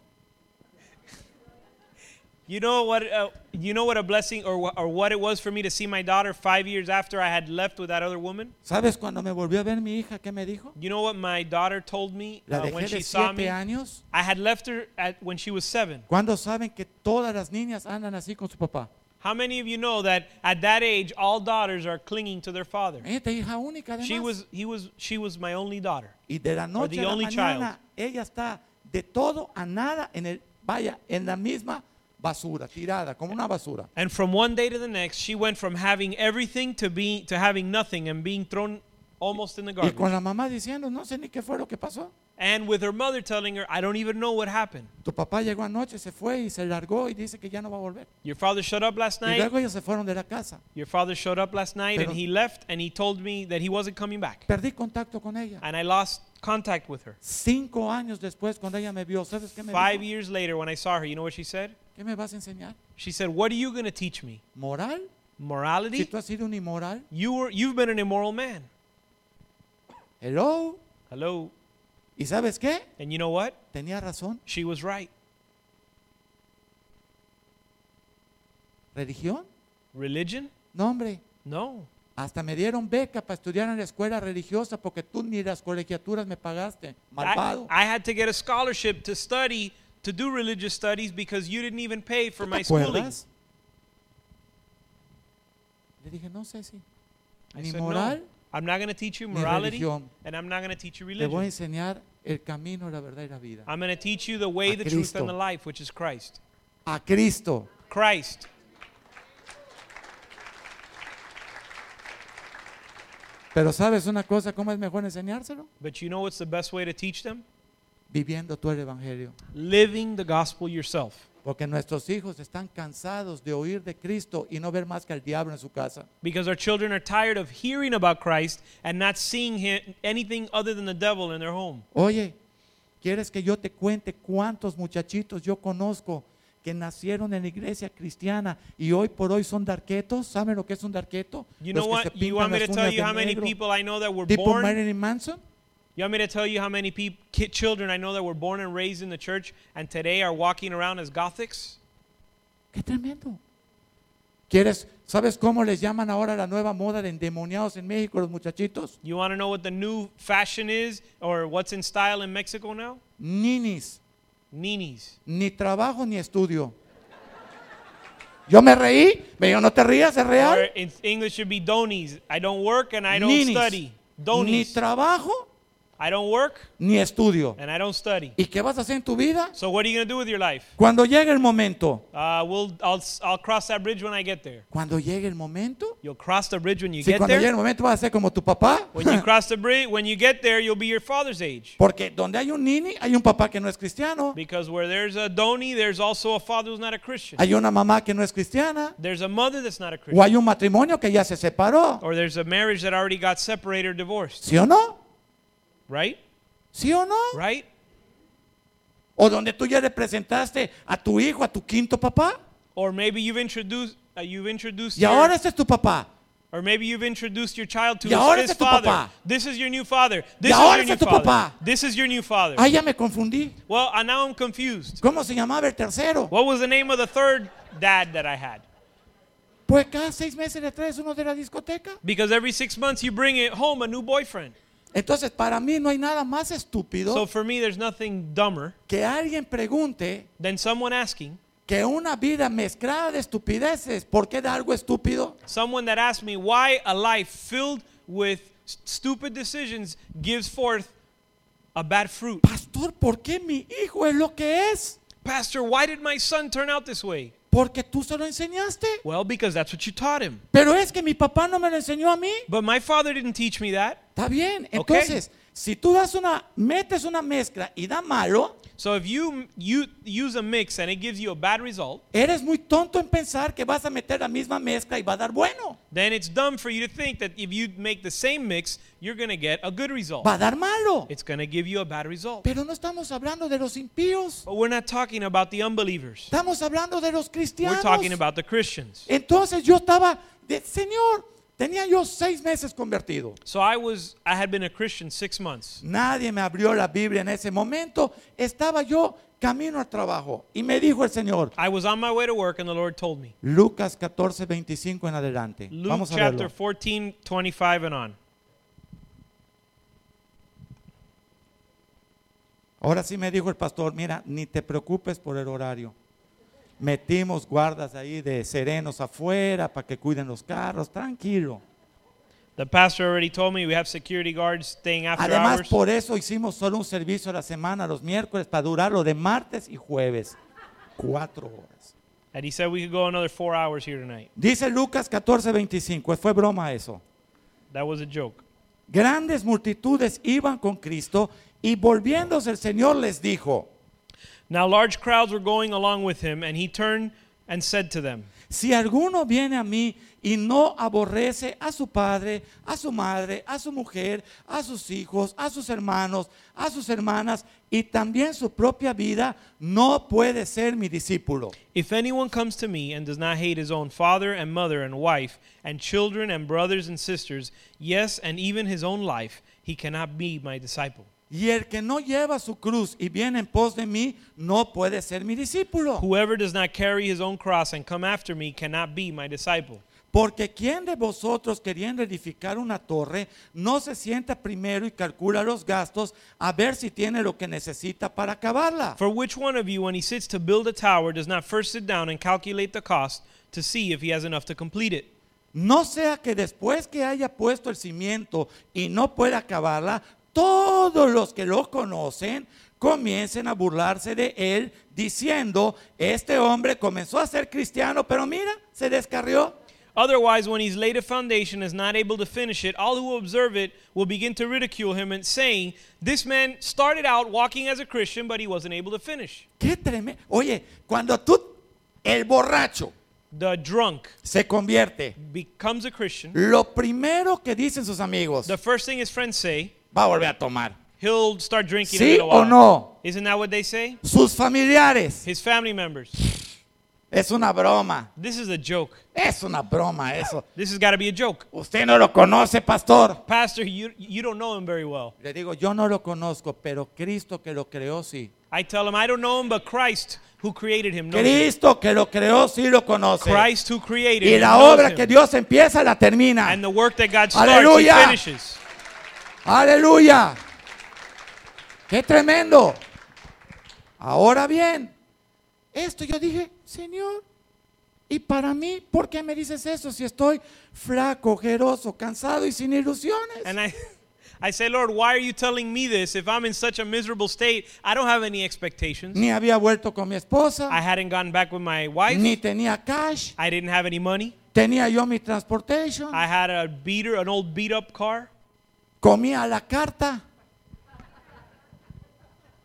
S4: You know what uh, you know what a blessing or wha- or what it was for me to see my daughter 5 years after I had left with that other woman?
S3: ¿Sabes cuando me volvió a ver mi hija qué me dijo?
S4: You know what my daughter told me
S3: La
S4: uh, when
S3: dejé
S4: she
S3: de
S4: saw me?
S3: siete años.
S4: I had left her at when she was 7.
S3: ¿Cuándo saben que todas las niñas andan así con su papá?
S4: How many of you know that at that age all daughters are clinging to their father?
S3: Esta hija única
S4: She
S3: además.
S4: was he was she was my only daughter.
S3: Y de la noche a la
S4: only
S3: mañana ella está de todo a nada en el vaya en la misma basura tirada como una basura.
S4: And from one day to the next, she went from having everything to being to having nothing and being thrown almost in the
S3: Y con
S4: garbage.
S3: la mamá diciendo no sé ni qué fue lo que pasó.
S4: And with her mother telling her, "I don't even know what happened.
S3: Tu papá llegó anoche, se fue y se largó y dice que ya no va a volver.
S4: Your father showed up last
S3: Y
S4: night.
S3: luego ellos se fueron de la casa.
S4: Your father showed up last night
S3: Pero-
S4: and he left and he told me that he wasn't coming back."
S3: Perdí contacto con ella.
S4: And I lost contact with her.
S3: Cinco años después cuando ella me vio, ¿sabes qué me
S4: Five
S3: dijo?
S4: years later, when I saw her, you know what she said?
S3: ¿Qué me vas a enseñar?
S4: She said, "What are you going to teach me?
S3: ¿Moral? Si
S4: Morality?
S3: tú has sido un inmoral.
S4: You were you've been an immoral man."
S3: Hello.
S4: Hello.
S3: ¿Y sabes qué?
S4: And you know what?
S3: Tenía razón.
S4: She was right.
S3: ¿Religión?
S4: Religion?
S3: No, hombre.
S4: No.
S3: Hasta me dieron beca para estudiar en la escuela religiosa porque tú ni las colegiaturas me pagaste,
S4: I,
S3: malvado.
S4: I had to get a scholarship to study to do religious studies because you didn't even pay for
S3: ¿Tú
S4: ah, my
S3: te
S4: schooling.
S3: acuerdas? Le dije, no sé si.
S4: I
S3: Ni
S4: said,
S3: moral,
S4: no, I'm not going to teach you
S3: ni
S4: morality
S3: religión.
S4: and I'm not going to teach you
S3: Te voy a
S4: religion. Ah.
S3: enseñar el camino, la verdad y la vida.
S4: I'm going to teach you the way,
S3: A
S4: the truth,
S3: Cristo.
S4: and the life, which is Christ.
S3: A Cristo.
S4: Christ.
S3: Pero ¿sabes una cosa? ¿Cómo es mejor enseñárselo?
S4: But you know what's the best way to teach them?
S3: Viviendo tú el Evangelio.
S4: Living the gospel yourself.
S3: Porque nuestros hijos están cansados de oír de Cristo y no ver más que al diablo en su casa.
S4: Because our children are tired of hearing about Christ and not seeing him, anything other than the devil in their home.
S3: Oye, ¿quieres que yo te cuente cuántos muchachitos yo conozco que nacieron en la iglesia cristiana y hoy por hoy son darquetos? ¿Saben lo que es un darqueto?
S4: You
S3: Los
S4: know
S3: que
S4: what?
S3: se
S4: You
S3: pintan
S4: want me to
S3: las
S4: tell
S3: uñas
S4: you
S3: de
S4: how many
S3: negro,
S4: people I know that were
S3: tipo
S4: born
S3: Marilyn Manson.
S4: You want me to tell you how many peop ki- children I know that were born and raised in the church and today are walking around as Gothics?
S3: ¡Qué tremendo! ¿Quieres, ¿Sabes cómo les llaman ahora la nueva moda de endemoniados en México los muchachitos?
S4: You want to know what the new fashion is or what's in style in Mexico now?
S3: Ninis,
S4: Ninis.
S3: ni trabajo ni estudio. Yo me reí, me dijo, no te rías, es
S4: Or
S3: real.
S4: in English should be donies. I don't work and I don't
S3: Ninis.
S4: study.
S3: Ni
S4: Donies.
S3: trabajo
S4: I don't work
S3: ni estudio.
S4: and I don't study.
S3: ¿Y qué vas a hacer en tu vida?
S4: So what are you going to do with your life?
S3: Cuando llegue el momento.
S4: Uh, we'll, I'll, s- I'll cross that bridge when I get there.
S3: Cuando llegue el momento.
S4: You'll cross the bridge when you
S3: Si
S4: get
S3: cuando llegue el
S4: there.
S3: momento vas a ser como tu papá.
S4: When you cross the bridge, when you get there, you'll be your father's age.
S3: Porque donde hay un nini, hay un papá que no es cristiano.
S4: Because where there's a doni, there's also a father who's not a Christian.
S3: Hay una mamá que no es cristiana.
S4: There's a mother that's not a Christian.
S3: O hay un matrimonio que ya se separó.
S4: Or there's a marriage that already got separated or divorced.
S3: ¿Sí o no?
S4: Right?
S3: ¿Sí o no?
S4: Right?
S3: O donde tú ya representaste a tu hijo, a tu quinto papá.
S4: Or maybe you've introduced uh, you've introduced
S3: Y
S4: her,
S3: ahora este es tu papá.
S4: Or maybe you've introduced your child to
S3: Y ahora ese
S4: his, his
S3: es tu
S4: father.
S3: papá.
S4: This is your new father. This
S3: ahora
S4: is
S3: ese
S4: your
S3: es tu
S4: new father.
S3: papá.
S4: This is your new father.
S3: Ah, ya me confundí.
S4: well, and now I'm confused.
S3: ¿Cómo se llamaba el tercero?
S4: What was the name of the third dad that I had?
S3: Pues cada seis meses le traes uno de la discoteca.
S4: Because every six months you bring it home a new boyfriend.
S3: Entonces, para mí no hay nada más
S4: So
S3: estúpido
S4: for me, there's nothing dumber
S3: que alguien pregunte
S4: than someone asking,
S3: que una vida mezclada de estupideces, ¿por qué da algo estúpido?
S4: someone that asked me why a life filled with s- stupid decisions gives forth a bad fruit.
S3: Pastor, ¿por qué mi hijo es lo que es?
S4: Pastor, why did my son turn out this way?
S3: Porque tú se lo enseñaste.
S4: Well, because that's what you taught him.
S3: Pero es que mi papá no me lo enseñó a mí.
S4: But my father didn't teach me that.
S3: Está bien. Entonces, si tú das una, metes una mezcla y da malo,
S4: So if you you use a mix and it gives you a bad result,
S3: eres muy tonto en pensar que vas a meter la misma mezcla y va a dar bueno.
S4: then it's dumb for you to think that if you make the same mix, you're going to get a good result.
S3: Va a dar malo.
S4: It's going to give you a bad result.
S3: Pero no estamos hablando de los impíos.
S4: But we're not talking about the unbelievers.
S3: Estamos hablando de los cristianos.
S4: We're talking about the Christians.
S3: Entonces yo estaba, de, Señor, tenía yo seis meses convertido.
S4: So I was I had been a Christian 6 months.
S3: Nadie me abrió la Biblia en ese momento. Estaba yo camino al trabajo. Y me dijo el Señor,
S4: I was on my way to work and the Lord told me.
S3: Lucas 14, 25 en adelante.
S4: Luke
S3: Vamos a
S4: chapter
S3: verlo.
S4: 14, 25 and on.
S3: Ahora sí me dijo el pastor, mira, ni te preocupes por el horario. Metimos guardas ahí de serenos afuera para que cuiden los carros, tranquilo.
S4: The pastor already told me we have security guards staying after
S3: Además,
S4: hours.
S3: por eso hicimos solo un servicio a la semana, los miércoles, para durarlo de martes y jueves. Cuatro horas.
S4: And he said we could go another 4 hours here tonight.
S3: Dice Lucas 14, 25, fue broma eso.
S4: That was a joke.
S3: Grandes multitudes iban con Cristo y volviéndose el Señor les dijo,
S4: Now large crowds were going along with him and he turned and said to them,
S3: Si alguno viene a mí y no aborrece a su padre, a su madre, a su mujer, a sus hijos, a sus hermanos, a sus hermanas y también su propia vida, no puede ser mi discípulo.
S4: If anyone comes to me and does not hate his own father and mother and wife and children and brothers and sisters, yes, and even his own life, he cannot be my disciple.
S3: Y el que no lleva su cruz y viene en pos de mí, no puede ser mi discípulo.
S4: Whoever does not carry his own cross and come after me cannot be my disciple.
S3: Porque quien de vosotros queriendo edificar una torre, no se sienta primero y calcula los gastos a ver si tiene lo que necesita para acabarla.
S4: For which one of you, when he sits to build a tower, does not first sit down and calculate the cost to see if he has enough to complete it?
S3: No sea que después que haya puesto el cimiento y no pueda acabarla, todos los que lo conocen comiencen a burlarse de él diciendo, este hombre comenzó a ser cristiano, pero mira, se descarrió.
S4: Otherwise, when he's laid a foundation and is not able to finish it, all who observe it will begin to ridicule him and saying, This man started out walking as a Christian, but he wasn't able to finish.
S3: Qué tremendo. Oye, cuando tú, el borracho,
S4: The drunk
S3: se convierte,
S4: becomes a Christian.
S3: lo primero que dicen sus amigos,
S4: The first thing his friends say,
S3: va a volver a tomar.
S4: he'll start drinking
S3: Sí
S4: in a
S3: o
S4: while.
S3: no?
S4: Isn't that what they say?
S3: Sus familiares,
S4: His family members.
S3: es una broma,
S4: This is a joke.
S3: es una broma eso.
S4: This has got to be a joke.
S3: Usted no lo conoce, pastor.
S4: Pastor, you, you don't know him very well.
S3: Le digo, yo no lo conozco, pero Cristo que lo creó sí.
S4: I tell him, I don't know him, but Christ who created him knows him.
S3: Cristo que lo creó sí lo conoce.
S4: Christ who created
S3: y
S4: him
S3: la
S4: knows
S3: obra
S4: him.
S3: que Dios empieza la termina.
S4: And the work that God starts,
S3: Aleluya.
S4: he finishes.
S3: Aleluya. Qué tremendo. Ahora bien, esto yo dije, Señor, y para mí, ¿por qué me dices eso si estoy flaco, ojeroso, cansado y sin ilusiones?
S4: And I, I say, Lord, why are you telling me this? If I'm in such a miserable state, I don't have any expectations.
S3: Ni había vuelto con mi
S4: I
S3: esposa,
S4: hadn't gotten back with my wife.
S3: ni tenía cash,
S4: I didn't have any money.
S3: tenía yo mi transportation,
S4: I had a beater, an old beat up car.
S3: comía a la carta.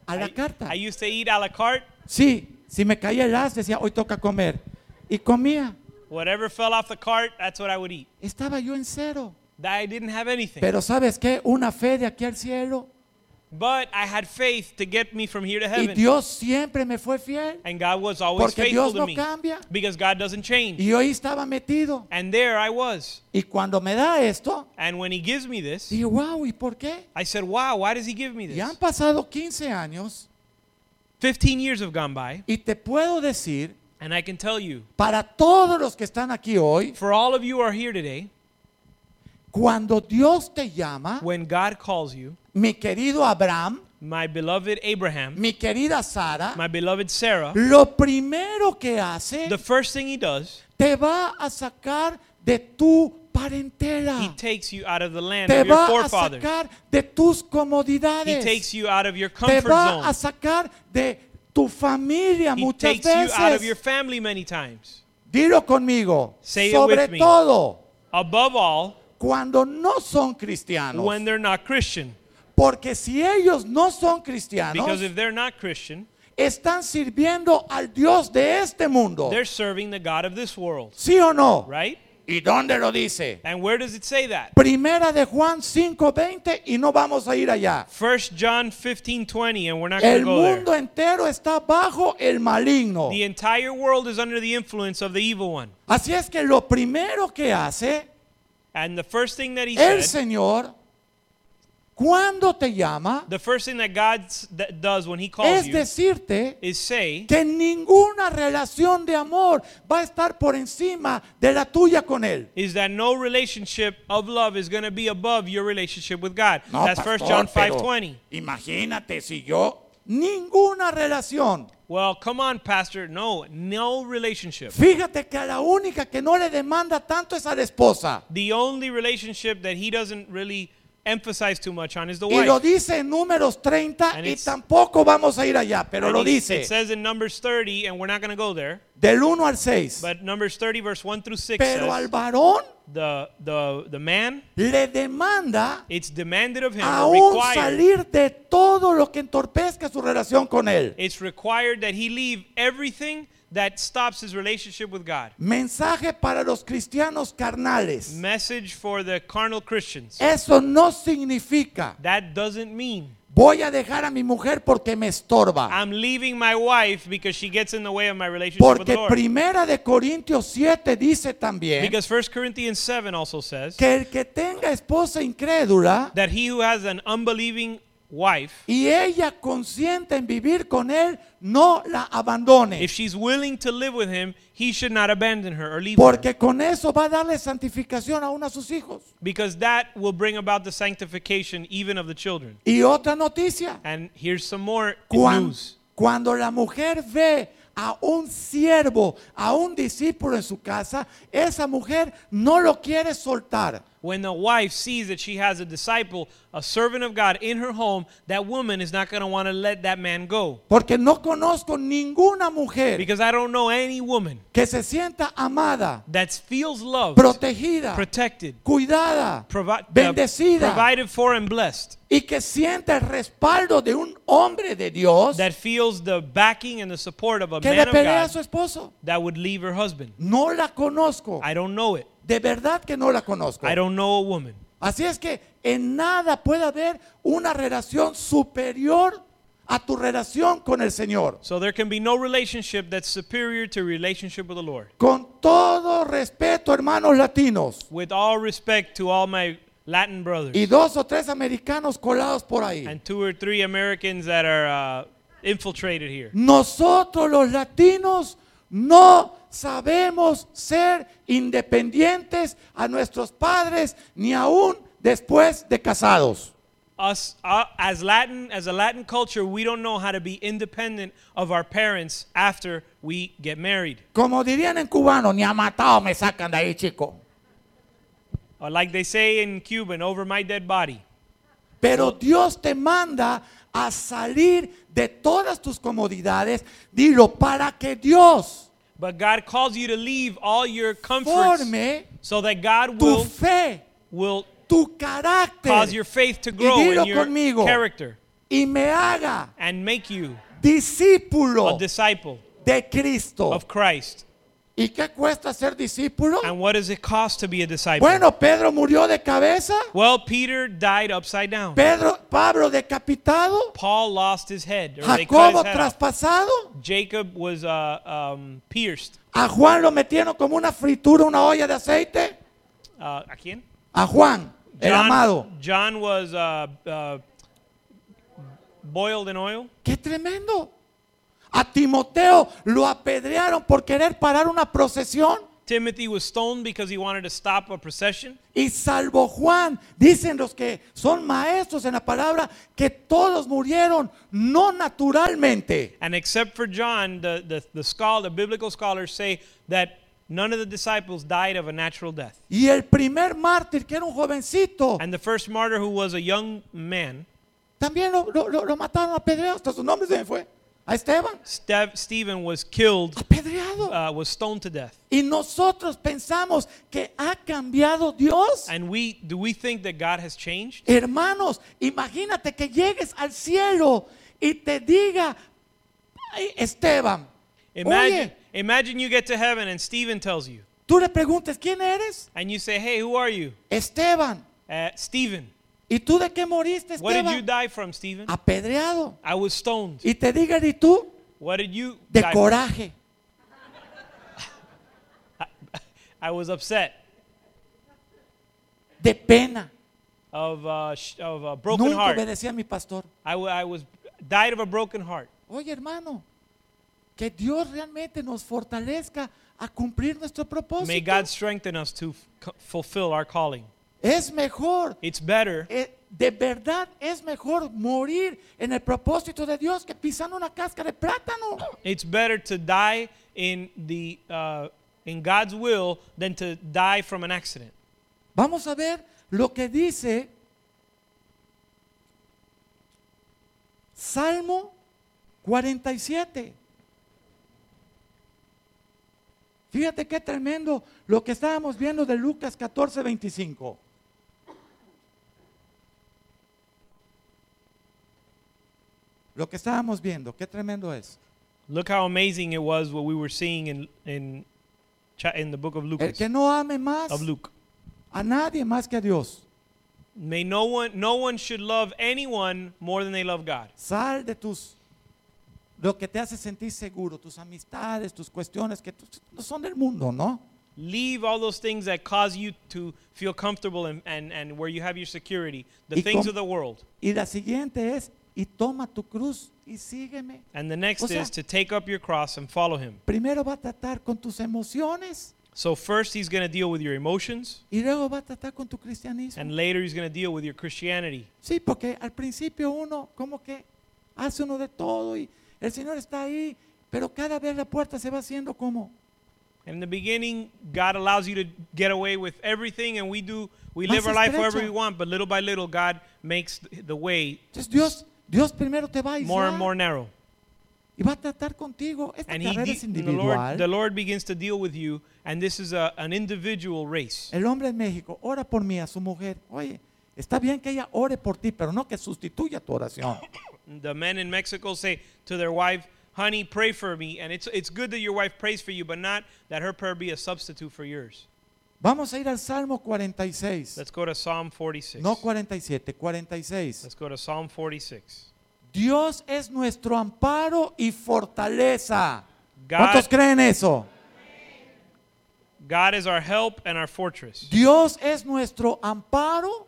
S3: A la carta.
S4: I used to eat a la carte.
S3: Sí, si me caía el as, decía, hoy toca comer. Y comía.
S4: Whatever fell off the cart, that's what I would eat.
S3: Estaba yo en cero.
S4: That I didn't have anything.
S3: Pero ¿sabes qué? Una fe de aquí al cielo.
S4: But I had faith to get me from here to
S3: Y
S4: heaven.
S3: Dios siempre me fue fiel.
S4: and God was always
S3: Porque
S4: faithful
S3: Dios
S4: to
S3: no
S4: me.
S3: cambia.
S4: Because God doesn't change.
S3: Y hoy estaba metido.
S4: and there I was.
S3: Y cuando me da esto,
S4: And when he gives me this,
S3: digo, wow, ¿y por qué?
S4: I said, wow, why does he give me this?
S3: Y han pasado 15 años
S4: 15 years have gone by,
S3: y te puedo decir,
S4: and I can tell you,
S3: para todos los que están aquí hoy,
S4: for all of you who are here today,
S3: cuando Dios te llama,
S4: when God calls you,
S3: mi querido Abraham,
S4: my beloved Abraham,
S3: mi querida Sara,
S4: my beloved Sarah,
S3: lo primero que hace,
S4: the first thing he does,
S3: te va a sacar de tu
S4: he
S3: parentela.
S4: takes you out of the land
S3: Te
S4: of your
S3: va a
S4: forefathers.
S3: sacar de tus
S4: He
S3: comodidades.
S4: takes you out of your
S3: te
S4: comfort
S3: va a
S4: zone.
S3: sacar de tu familia
S4: He
S3: muchas
S4: takes you out of your
S3: veces.
S4: family many times.
S3: Dilo conmigo.
S4: Say it
S3: Sobre
S4: with me.
S3: todo
S4: Above all,
S3: cuando no son cristianos.
S4: when they're not Christian.
S3: Porque si ellos no son cristianos,
S4: Because if they're not Christian,
S3: están sirviendo al Dios de este mundo.
S4: they're serving the God of this world,
S3: ¿Sí o no?
S4: right?
S3: ¿Y dónde lo dice?
S4: And where does it say that?
S3: Primera de Juan 5:20 y no vamos a ir allá.
S4: First John 15, 20, and we're not going
S3: El
S4: to go there.
S3: mundo entero está bajo el maligno.
S4: The entire world is under the influence of the evil one.
S3: Así es que lo primero que hace
S4: And the first thing that he
S3: el
S4: said,
S3: Señor cuando te llama
S4: the first thing that God s- that does when he calls
S3: es
S4: you
S3: decirte
S4: is say
S3: que ninguna relación de amor va a estar por encima de la tuya con él.
S4: is that no relationship of love is going to be above your relationship with God.
S3: No,
S4: That's first
S3: pastor,
S4: John
S3: pero
S4: 5:20.
S3: Imagínate si yo ninguna relación.
S4: Well, come on, pastor. No, no relationship.
S3: Fíjate que a la única que no le demanda tanto es a la esposa.
S4: The only relationship that he doesn't really emphasize too much on is the
S3: Y lo
S4: wife.
S3: dice en números 30
S4: And
S3: y
S4: it's-
S3: tampoco vamos a ir allá, pero
S4: And
S3: lo
S4: he-
S3: dice
S4: It says in Numbers 30, and we're not going to go there,
S3: del 1 al 6.
S4: but Numbers 30, verse 1 through 6
S3: Pero al
S4: says,
S3: varón
S4: the, the, the man,
S3: le demanda
S4: it's demanded of him, or
S3: aún
S4: required,
S3: salir de todo lo que entorpezca su relación con él.
S4: it's required that he leave everything that stops his relationship with God.
S3: Mensaje para los cristianos carnales.
S4: Message for the carnal Christians.
S3: Eso no significa
S4: That doesn't mean
S3: voy a dejar a mi mujer porque me estorba.
S4: I'm leaving my wife because she gets in the way of my relationship with
S3: Porque
S4: the Lord.
S3: Primera de Corintios 7 dice también
S4: because 1 Corinthians 7 also says
S3: que el que tenga esposa incrédula
S4: that he who has an unbelieving wife,
S3: y ella consiente en vivir con él, no la abandone.
S4: if she's willing to live with him, he should not abandon her or leave her.
S3: Porque con eso va a darle santificación a uno a sus hijos.
S4: Because that will bring about the sanctification even of the children.
S3: Y otra noticia,
S4: And here's some more
S3: cuan-
S4: news.
S3: cuando la mujer ve a un siervo, a un discípulo en su casa, esa mujer no lo quiere soltar.
S4: When the wife sees that she has a disciple, a servant of God in her home, that woman is not going to want to let that man go.
S3: Porque no conozco ninguna mujer
S4: Because I don't know any woman
S3: que se sienta amada,
S4: that feels loved,
S3: protegida,
S4: protected,
S3: cuidada,
S4: provi- uh,
S3: bendecida
S4: provided for, and blessed,
S3: y que sienta el respaldo de un hombre de Dios
S4: that feels the backing and the support of a
S3: que
S4: man
S3: le
S4: of
S3: pelea a
S4: God
S3: su esposo.
S4: that would leave her husband.
S3: No la conozco.
S4: I don't know it.
S3: De verdad que no la conozco.
S4: I don't know a woman.
S3: Así es que en nada puede haber una relación superior a tu relación con el Señor.
S4: So there can be no relationship that's superior to relationship with the Lord.
S3: Con todo respeto, hermanos latinos
S4: With all respect to all my Latin brothers.
S3: y dos o tres americanos colados por ahí.
S4: and two or three Americans that are uh, infiltrated here.
S3: Nosotros los latinos no sabemos ser independientes a nuestros padres ni aún después de casados.
S4: Us uh, as Latin, as a Latin culture, we don't know how to be independent of our parents after we get married.
S3: Como dirían en cubano, ni a matado me sacan de ahí, chico.
S4: Or Uh, like they say in Cuban, over my dead body.
S3: Pero Dios te manda a salir de todas tus comodidades, dilo, para que Dios
S4: But God calls you to leave all your comforts
S3: forme
S4: so that God
S3: tu
S4: will
S3: fe,
S4: will
S3: tu
S4: cause your
S3: carácter
S4: faith to grow in
S3: dilo
S4: your
S3: conmigo.
S4: character
S3: y me haga
S4: and make you
S3: discípulo
S4: a disciple
S3: de Cristo.
S4: of Christ.
S3: ¿Y qué cuesta ser discípulo?
S4: And what does it cost to be a disciple?
S3: Bueno, Pedro murió de cabeza.
S4: well, Peter died upside down.
S3: Pedro, Pablo decapitado.
S4: Paul lost his head. Or they cut
S3: Jacobo
S4: his head off.
S3: traspasado.
S4: Jacob was uh, um, pierced.
S3: A Juan lo metieron como una fritura, una olla de aceite.
S4: Uh, ¿A quién?
S3: A Juan, el amado.
S4: John was uh, uh, boiled in oil.
S3: ¡Qué tremendo! A Timoteo lo apedrearon por querer parar una procesión.
S4: Timothy was stoned because he wanted to stop a procession.
S3: Y salvo Juan, dicen los que son maestros en la palabra, que todos murieron no naturalmente.
S4: And except for John, the, the, the scholar, the biblical scholars say that none of the disciples died of a natural death.
S3: Y el primer mártir, que era un jovencito,
S4: And the first martyr, who was a young man,
S3: también lo, lo- lo- lo mataron apedreado. Hasta su nombre se me fue. A Esteban,
S4: Ste- Stephen, was killed,
S3: apedreado.
S4: uh, was stoned to death.
S3: Y nosotros pensamos que ha cambiado Dios.
S4: And we do we think that God has changed?
S3: Hermanos, imagínate que llegues al cielo y te diga, "Ay, Esteban,
S4: Imagine,
S3: oye,
S4: imagine you get to heaven and Stephen tells you,
S3: tú le preguntes, ¿quién eres?
S4: and you say, "Hey, who are you?"
S3: Esteban.
S4: Uh, Stephen.
S3: ¿Y tú de qué moriste,
S4: What did you
S3: Esteban?
S4: die from, Stephen?
S3: Apedreado.
S4: I was stoned.
S3: Y te digan, ¿y tú?
S4: What did you
S3: De
S4: die from?
S3: coraje.
S4: I was upset
S3: De pena.
S4: of uh, sh- of a broken
S3: Nunca
S4: heart.
S3: obedecí a mi pastor.
S4: I, w- I was died of a broken heart.
S3: Oye, hermano, que Dios realmente nos fortalezca a cumplir nuestro
S4: May
S3: propósito.
S4: God strengthen us to f- c- fulfill our calling.
S3: Es mejor
S4: It's better.
S3: Eh, de verdad es mejor morir en el propósito de Dios que pisando una cáscara de plátano.
S4: It's better to die in the uh, in God's will than to die from an accident.
S3: Vamos a ver lo que dice Salmo 47. Fíjate qué tremendo lo que estábamos viendo de Lucas 14, 25. Lo que estábamos viendo, qué tremendo es.
S4: Look how amazing it was what we were seeing in in cha- in the book of
S3: El
S4: Lucas
S3: que no ame más
S4: of Luke.
S3: a nadie más que a Dios.
S4: May no one no one should love anyone more than they love God.
S3: Sal de tus lo que te hace sentir seguro, tus amistades, tus cuestiones que tú- no son del mundo, ¿no?
S4: Leave all those things that cause you to feel comfortable and, and, and where you have your security, the
S3: Y
S4: things
S3: com-
S4: of the world.
S3: Y la siguiente es y toma tu cruz y sígueme.
S4: And the next
S3: O sea-
S4: is to take up your cross and follow him.
S3: Primero va a tratar con tus emociones
S4: So first he's going to deal with your emotions
S3: y luego va a tratar con tu cristianismo.
S4: and later he's going to deal with your Christianity.
S3: sí, porque al principio uno como que hace uno de todo y el Señor está ahí, pero cada vez la puerta se va haciendo como
S4: In the beginning, God allows you to get away with everything and we do we live
S3: Más
S4: our life however
S3: estrecha.
S4: we want, but little by little God makes th- the way
S3: entonces Dios, Dios primero te va a
S4: more
S3: aislar
S4: and more narrow.
S3: y va a tratar contigo. Esta
S4: And he
S3: carrera
S4: de-
S3: es
S4: the Lord
S3: individual.
S4: the Lord begins to deal with you and this is a, an individual race.
S3: El hombre en México ora por mí a su mujer. Oye, está bien que ella ore por ti, pero no que sustituya tu oración.
S4: the men in Mexico say to their wife, "Honey, pray for me." And it's it's good that your wife prays for you, but not that her prayer be a substitute for yours.
S3: Vamos a ir al Salmo 46.
S4: Let's go to Psalm 46.
S3: No 47, 46.
S4: Let's go to Psalm 46.
S3: Dios es nuestro amparo y fortaleza.
S4: God-
S3: ¿Cuántos creen eso?
S4: God is our help and our fortress.
S3: Dios es nuestro amparo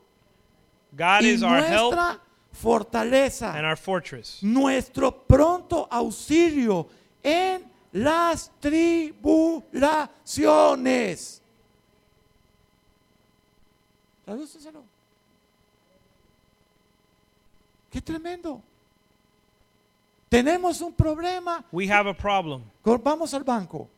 S4: God
S3: y
S4: is our help
S3: nuestra
S4: and
S3: fortaleza.
S4: our fortress.
S3: Nuestro pronto auxilio en las tribulaciones. Tradúcenselo. Qué tremendo. Tenemos un problema.
S4: We have a problem.
S3: Cor- Vamos al banco.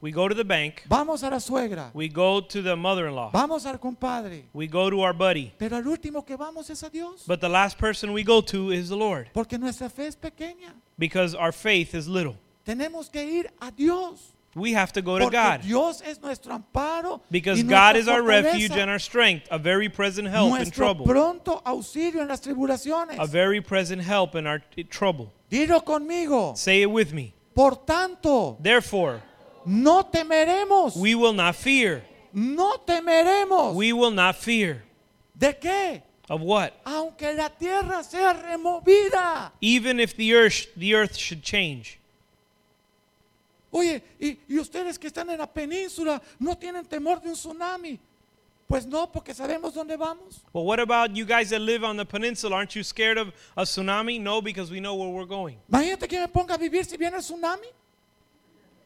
S4: We go to the bank.
S3: Vamos a la suegra.
S4: We go to the mother-in-law.
S3: Vamos al compadre.
S4: We go to our buddy.
S3: Pero al último que vamos es a Dios.
S4: But the last person we go to is the Lord
S3: Porque nuestra fe es pequeña.
S4: because our faith is little.
S3: Tenemos que ir a Dios.
S4: We have to go to
S3: Porque
S4: God.
S3: Dios es nuestro amparo.
S4: Because
S3: y
S4: God
S3: nuestra
S4: is our
S3: fortaleza,
S4: refuge and our strength, a very present help in
S3: nuestro
S4: trouble,
S3: pronto auxilio en las tribulaciones.
S4: a very present help in our t- trouble.
S3: Dilo conmigo.
S4: Say it with me.
S3: Por tanto,
S4: Therefore,
S3: No temeremos.
S4: We will not fear.
S3: no temeremos.
S4: We will not fear.
S3: ¿De qué?
S4: Of what?
S3: Aunque la tierra sea removida.
S4: Even if the earth, the earth should change.
S3: Oye, y, y ustedes que están en la península no tienen temor de un tsunami. Pues no, porque sabemos dónde vamos.
S4: But what about you guys that live on the peninsula? Aren't you scared of a tsunami? No, because we know where we're going.
S3: Imagínate que me ponga a vivir si viene el tsunami.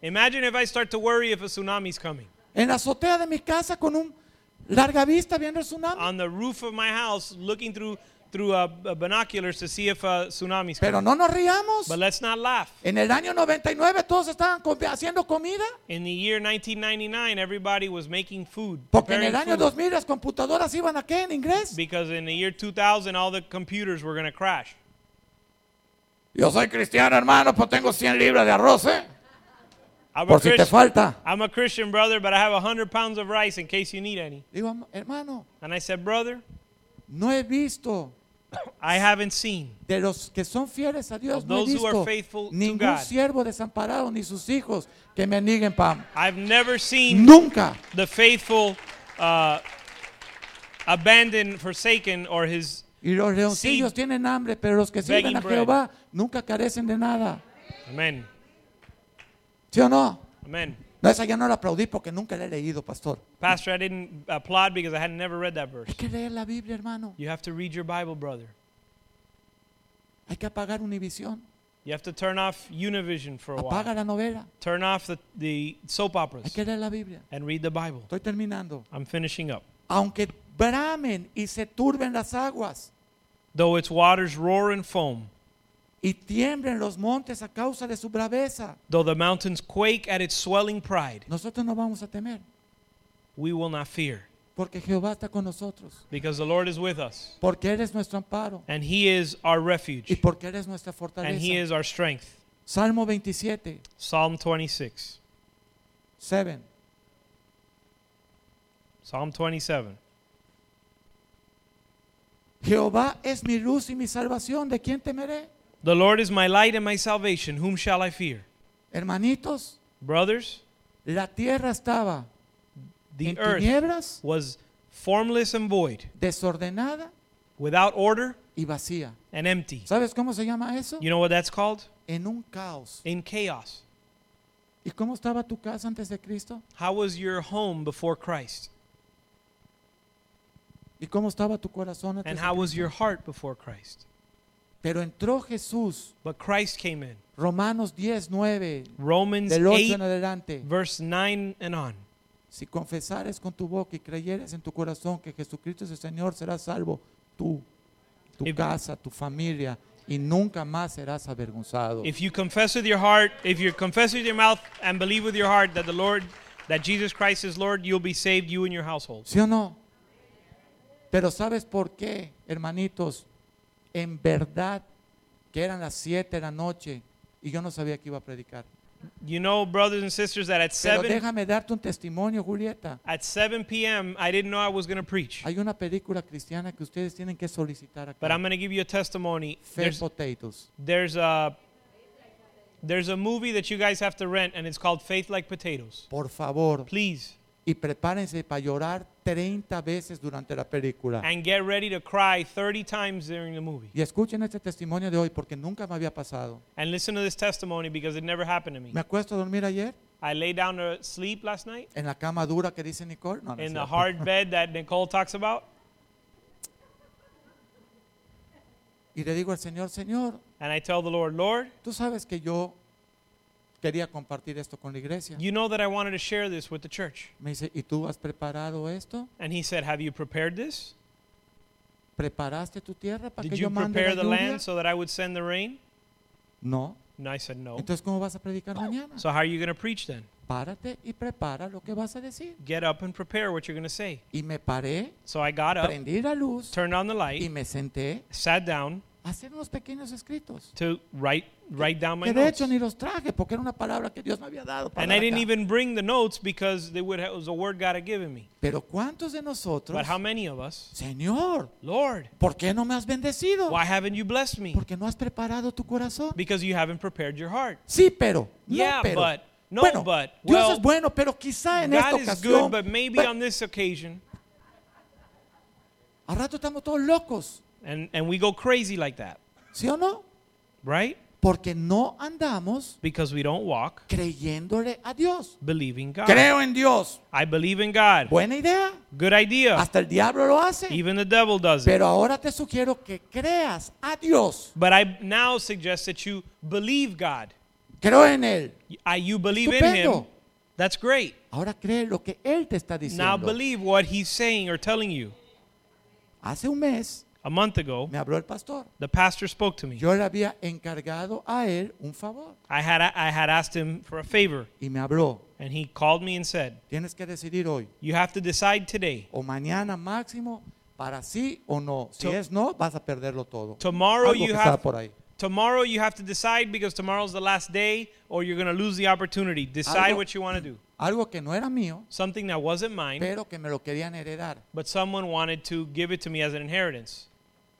S4: Imagine if I start to worry if a tsunami's coming.
S3: En la azotea de mi casa con un larga vista viendo el tsunami.
S4: On the roof of my house, looking through through uh, b- binoculars to see if a tsunami's coming.
S3: Pero no nos riamos.
S4: But let's not laugh.
S3: En el año 99 todos estaban com- haciendo comida.
S4: In the year 1999, everybody was making food.
S3: Porque en el
S4: preparing
S3: año
S4: food.
S3: 2000 las computadoras iban a qué en inglés.
S4: Because in the year 2000, all the computers were going to crash.
S3: Yo soy cristiano, hermano, pues tengo 100 libras de arroz, ¿eh?
S4: I'm a,
S3: Por si te
S4: Christian,
S3: falta.
S4: I'm a Christian, brother, but I have 100 pounds of rice in case you need any.
S3: Digo, "Am- hermano,
S4: And I said, brother,
S3: no he visto
S4: I haven't seen
S3: de los que son fieles a Dios,
S4: Of
S3: no he
S4: those who are
S3: visto
S4: faithful to
S3: ningún
S4: God.
S3: siervo desamparado ni sus hijos que mendiguen pan.
S4: I've never seen
S3: Nunca.
S4: the faithful uh, abandoned, forsaken, or his.
S3: Y los leoncillos tienen hambre, pero los que sirven
S4: Begging
S3: a
S4: bread.
S3: Jehová nunca carecen de nada.
S4: Amen.
S3: ¿Sí o no?
S4: Amen.
S3: No, esa ya no la aplaudí porque nunca la he leído, pastor.
S4: Pastor, I didn't applaud because I had never read that verse.
S3: Hay que leer la Biblia, hermano.
S4: You have to read your Bible, brother.
S3: Hay que apagar Univisión.
S4: You have to turn off Univision for a
S3: Apaga
S4: while.
S3: la novela.
S4: Turn off the, the soap
S3: Hay
S4: operas
S3: que leer la Biblia.
S4: and read the Bible.
S3: Estoy terminando.
S4: I'm finishing up.
S3: Aunque bramen y se turben las aguas
S4: Though its waters roar and foam,
S3: y tiemblen los montes a causa de su braveza,
S4: though the mountains quake at its swelling pride,
S3: nosotros no vamos a temer
S4: we will not fear
S3: porque Jehová está con nosotros,
S4: because the Lord is with us
S3: porque Él es nuestro amparo
S4: and He is our
S3: y
S4: refuge
S3: porque Él es nuestra
S4: and He
S3: fortaleza.
S4: is our strength.
S3: Salmo 27,
S4: Psalm 26,
S3: 7.
S4: Psalm 27.
S3: Jehová es mi luz y mi salvación, ¿de quién temeré?
S4: The Lord is my light and my salvation. Whom shall I fear?
S3: Hermanitos,
S4: Brothers,
S3: la tierra estaba en
S4: the earth
S3: tinieblas,
S4: was formless and void,
S3: desordenada
S4: without order
S3: y vacía.
S4: and empty.
S3: ¿Sabes cómo se llama eso?
S4: You know what that's called?
S3: En un caos.
S4: In chaos.
S3: ¿Y cómo estaba tu casa antes de Cristo?
S4: How was your home before Christ?
S3: ¿Y cómo estaba tu corazón antes
S4: And
S3: de
S4: how was
S3: Cristo?
S4: your heart before Christ?
S3: Pero entró Jesús,
S4: But Christ came in.
S3: Romanos 10, 9,
S4: Romans
S3: del 8 en
S4: 8,
S3: adelante.
S4: verse 9 and on.
S3: Si confesares con tu boca y creyeres en tu corazón que Jesucristo es el Señor, serás salvo tú, tu
S4: If-
S3: casa, tu familia, y nunca más serás avergonzado.
S4: If you confess with your heart, if you confess with your mouth and believe with your heart that the Lord, that Jesus Christ is Lord, you'll be saved, you and your household.
S3: ¿Sí o no? Pero ¿sabes por qué, hermanitos? En verdad que eran las 7 de la noche y yo no sabía que iba a predicar.
S4: You know, brothers and sisters, that at
S3: Pero
S4: 7,
S3: déjame darte un testimonio, Julieta.
S4: at 7 p.m., I didn't know I was going to preach.
S3: Hay una película cristiana que ustedes tienen que solicitar
S4: But I'm
S3: acá.
S4: going to give you a testimony.
S3: Fair
S4: There's,
S3: Potatoes.
S4: there's a there's a movie that you guys have to rent, and it's called Faith Like Potatoes.
S3: Por favor.
S4: Please,
S3: Y prepárense para llorar 30 veces durante la película.
S4: and get ready to cry 30 times during the movie.
S3: Y escuchen este testimonio de hoy porque nunca me había pasado.
S4: And listen to this testimony because it never happened to me.
S3: Me acuesto a dormir ayer
S4: I lay down to sleep last night
S3: en la cama dura que dice Nicole. No, no es
S4: in the
S3: cierto.
S4: hard bed that Nicole talks about,
S3: Y le digo al Señor, Señor,
S4: and I tell the Lord, Lord,
S3: Tú sabes que yo quería compartir esto con la iglesia.
S4: you know that I wanted to share this with the church.
S3: Me dice, ¿y tú has preparado esto?
S4: And he said, Have you prepared this?
S3: ¿Preparaste tu tierra para
S4: Did
S3: que
S4: you
S3: yo mande la
S4: prepare the
S3: lluvia?
S4: land so that I would send the rain?
S3: No.
S4: And I said, No.
S3: Entonces, ¿cómo vas a predicar mañana?
S4: So how are you going to preach then?
S3: Párate y prepara lo que vas a decir.
S4: Get up and prepare what you're going to say.
S3: Y me paré,
S4: So I got up,
S3: prendí la luz
S4: turned on the
S3: y
S4: light,
S3: me senté
S4: sat down
S3: a hacer unos pequeños escritos.
S4: to write write down my
S3: Que de
S4: notes.
S3: hecho ni los traje porque era una palabra que Dios me había dado. para
S4: And I
S3: dar
S4: didn't
S3: acá.
S4: even bring the notes because they would have, it was a word God had given me.
S3: Pero ¿cuántos de nosotros?
S4: But how many of us?
S3: Señor,
S4: Lord,
S3: ¿por qué no me has bendecido?
S4: why haven't you blessed me?
S3: Porque no has preparado tu corazón.
S4: Because you haven't prepared your heart.
S3: Sí, pero. No,
S4: Yeah,
S3: pero.
S4: but. No,
S3: bueno,
S4: but,
S3: Dios
S4: well,
S3: es bueno, pero quizá en esta
S4: God is good,
S3: ocasión,
S4: but maybe
S3: ve-
S4: on this occasion,
S3: al rato estamos todos locos,
S4: and, and we go crazy like that,
S3: ¿sí o no?
S4: right?
S3: Porque no andamos
S4: Because we don't walk
S3: creyéndole a Dios.
S4: believing God.
S3: Creo en Dios.
S4: I believe in God.
S3: Buena idea.
S4: Good idea.
S3: Hasta el diablo lo hace.
S4: Even the devil does it.
S3: Pero ahora te sugiero que creas a Dios.
S4: But I now suggest that you believe God.
S3: Creo en Él.
S4: I, you believe in Him.
S3: Estupendo.
S4: That's great.
S3: Ahora cree lo que Él te está
S4: Now
S3: diciendo.
S4: believe what He's saying or telling you.
S3: Hace un mes
S4: A month ago,
S3: me habló el pastor.
S4: the pastor spoke to me.
S3: Yo le había encargado a Él un favor.
S4: I had, I had asked him for a favor,
S3: Y me habló.
S4: and he called me and said,
S3: Tienes que decidir hoy
S4: You have to decide today.
S3: o mañana máximo para sí o no. Si
S4: To-
S3: es no, vas a perderlo todo.
S4: Tomorrow
S3: Algo
S4: you
S3: que estaba
S4: have-
S3: por ahí.
S4: Tomorrow you have to decide because tomorrow's the last day, or you're going to lose the opportunity. Decide
S3: Algo-
S4: what you want to do.
S3: Algo que no era mío,
S4: Something that wasn't mine,
S3: pero que me lo querían heredar.
S4: but someone wanted to give it to me as an inheritance.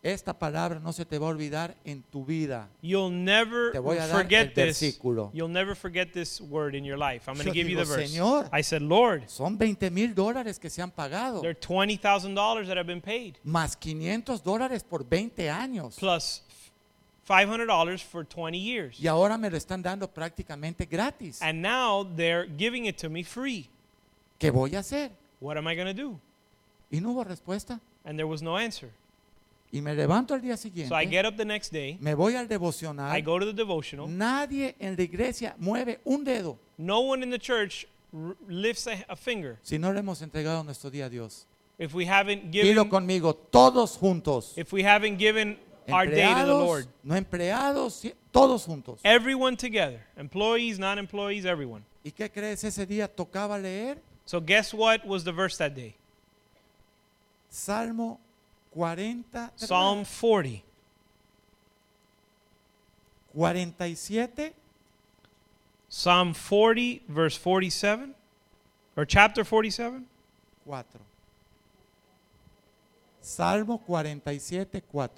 S3: Esta palabra no se te va a olvidar en tu vida.
S4: You'll never
S3: Te voy a dar
S4: forget
S3: el
S4: this.
S3: versículo.
S4: You'll never forget this word in your life. I'm going
S3: Yo
S4: to give you the
S3: digo,
S4: verse.
S3: "Señor."
S4: I said, Lord,
S3: Son 20 mil dólares que se han pagado,
S4: there are $20,000 that have been paid,
S3: más 500 dólares por 20 años.
S4: plus $500 for 20 years.
S3: Y ahora me lo están dando prácticamente gratis.
S4: And now they're giving it to me free.
S3: ¿Qué voy a hacer?
S4: What am I going to do?
S3: Y no hubo respuesta.
S4: And there was no answer.
S3: Y me levanto al día siguiente,
S4: So I get up the next day.
S3: me voy al
S4: I
S3: devocional.
S4: go to the devotional.
S3: Mm. Nadie en la iglesia mueve un dedo
S4: No one in the church r- lifts a, a finger
S3: si no le hemos entregado nuestro día a Dios.
S4: if we haven't
S3: Dilo
S4: given
S3: conmigo, todos juntos.
S4: if we haven't given our day to the
S3: Empleados,
S4: Lord.
S3: no empleados, sí, todos juntos.
S4: Everyone together, employees, non-employees, everyone.
S3: ¿Y qué crees? Ese día tocaba leer
S4: So guess what was the verse that day?
S3: Salmo 40,
S4: Psalm 40,
S3: 47
S4: Psalm 40, verse 47, or chapter 47.
S3: 4. Salmo 47, 4.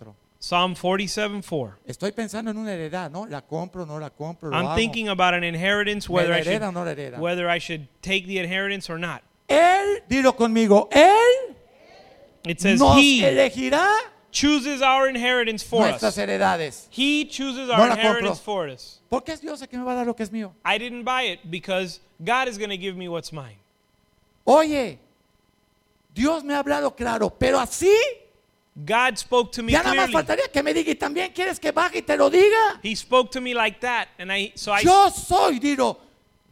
S4: Psalm 47, 4.
S3: Estoy pensando en una heredad, ¿no? La compro, no la compro. lo
S4: I'm
S3: hago.
S4: thinking about an inheritance,
S3: ¿Me
S4: whether
S3: la
S4: I should
S3: hereda o no la hereda?
S4: whether I should take the inheritance or not.
S3: Él, dilo conmigo, Él
S4: It says
S3: nos
S4: he
S3: elegirá
S4: chooses our inheritance for
S3: nuestras
S4: us.
S3: heredades.
S4: He chooses
S3: No
S4: our
S3: la
S4: inheritance
S3: compro.
S4: for us.
S3: ¿Por qué es Dios el que me va a dar lo que es mío?
S4: I didn't buy it because God is going to give me what's mine.
S3: Oye, Dios me ha hablado claro, pero así
S4: God spoke to me
S3: ya nada más
S4: clearly.
S3: faltaría que me diga y también quieres que baje y te lo diga.
S4: He spoke to me like that and I so I
S3: Yo soy, dilo.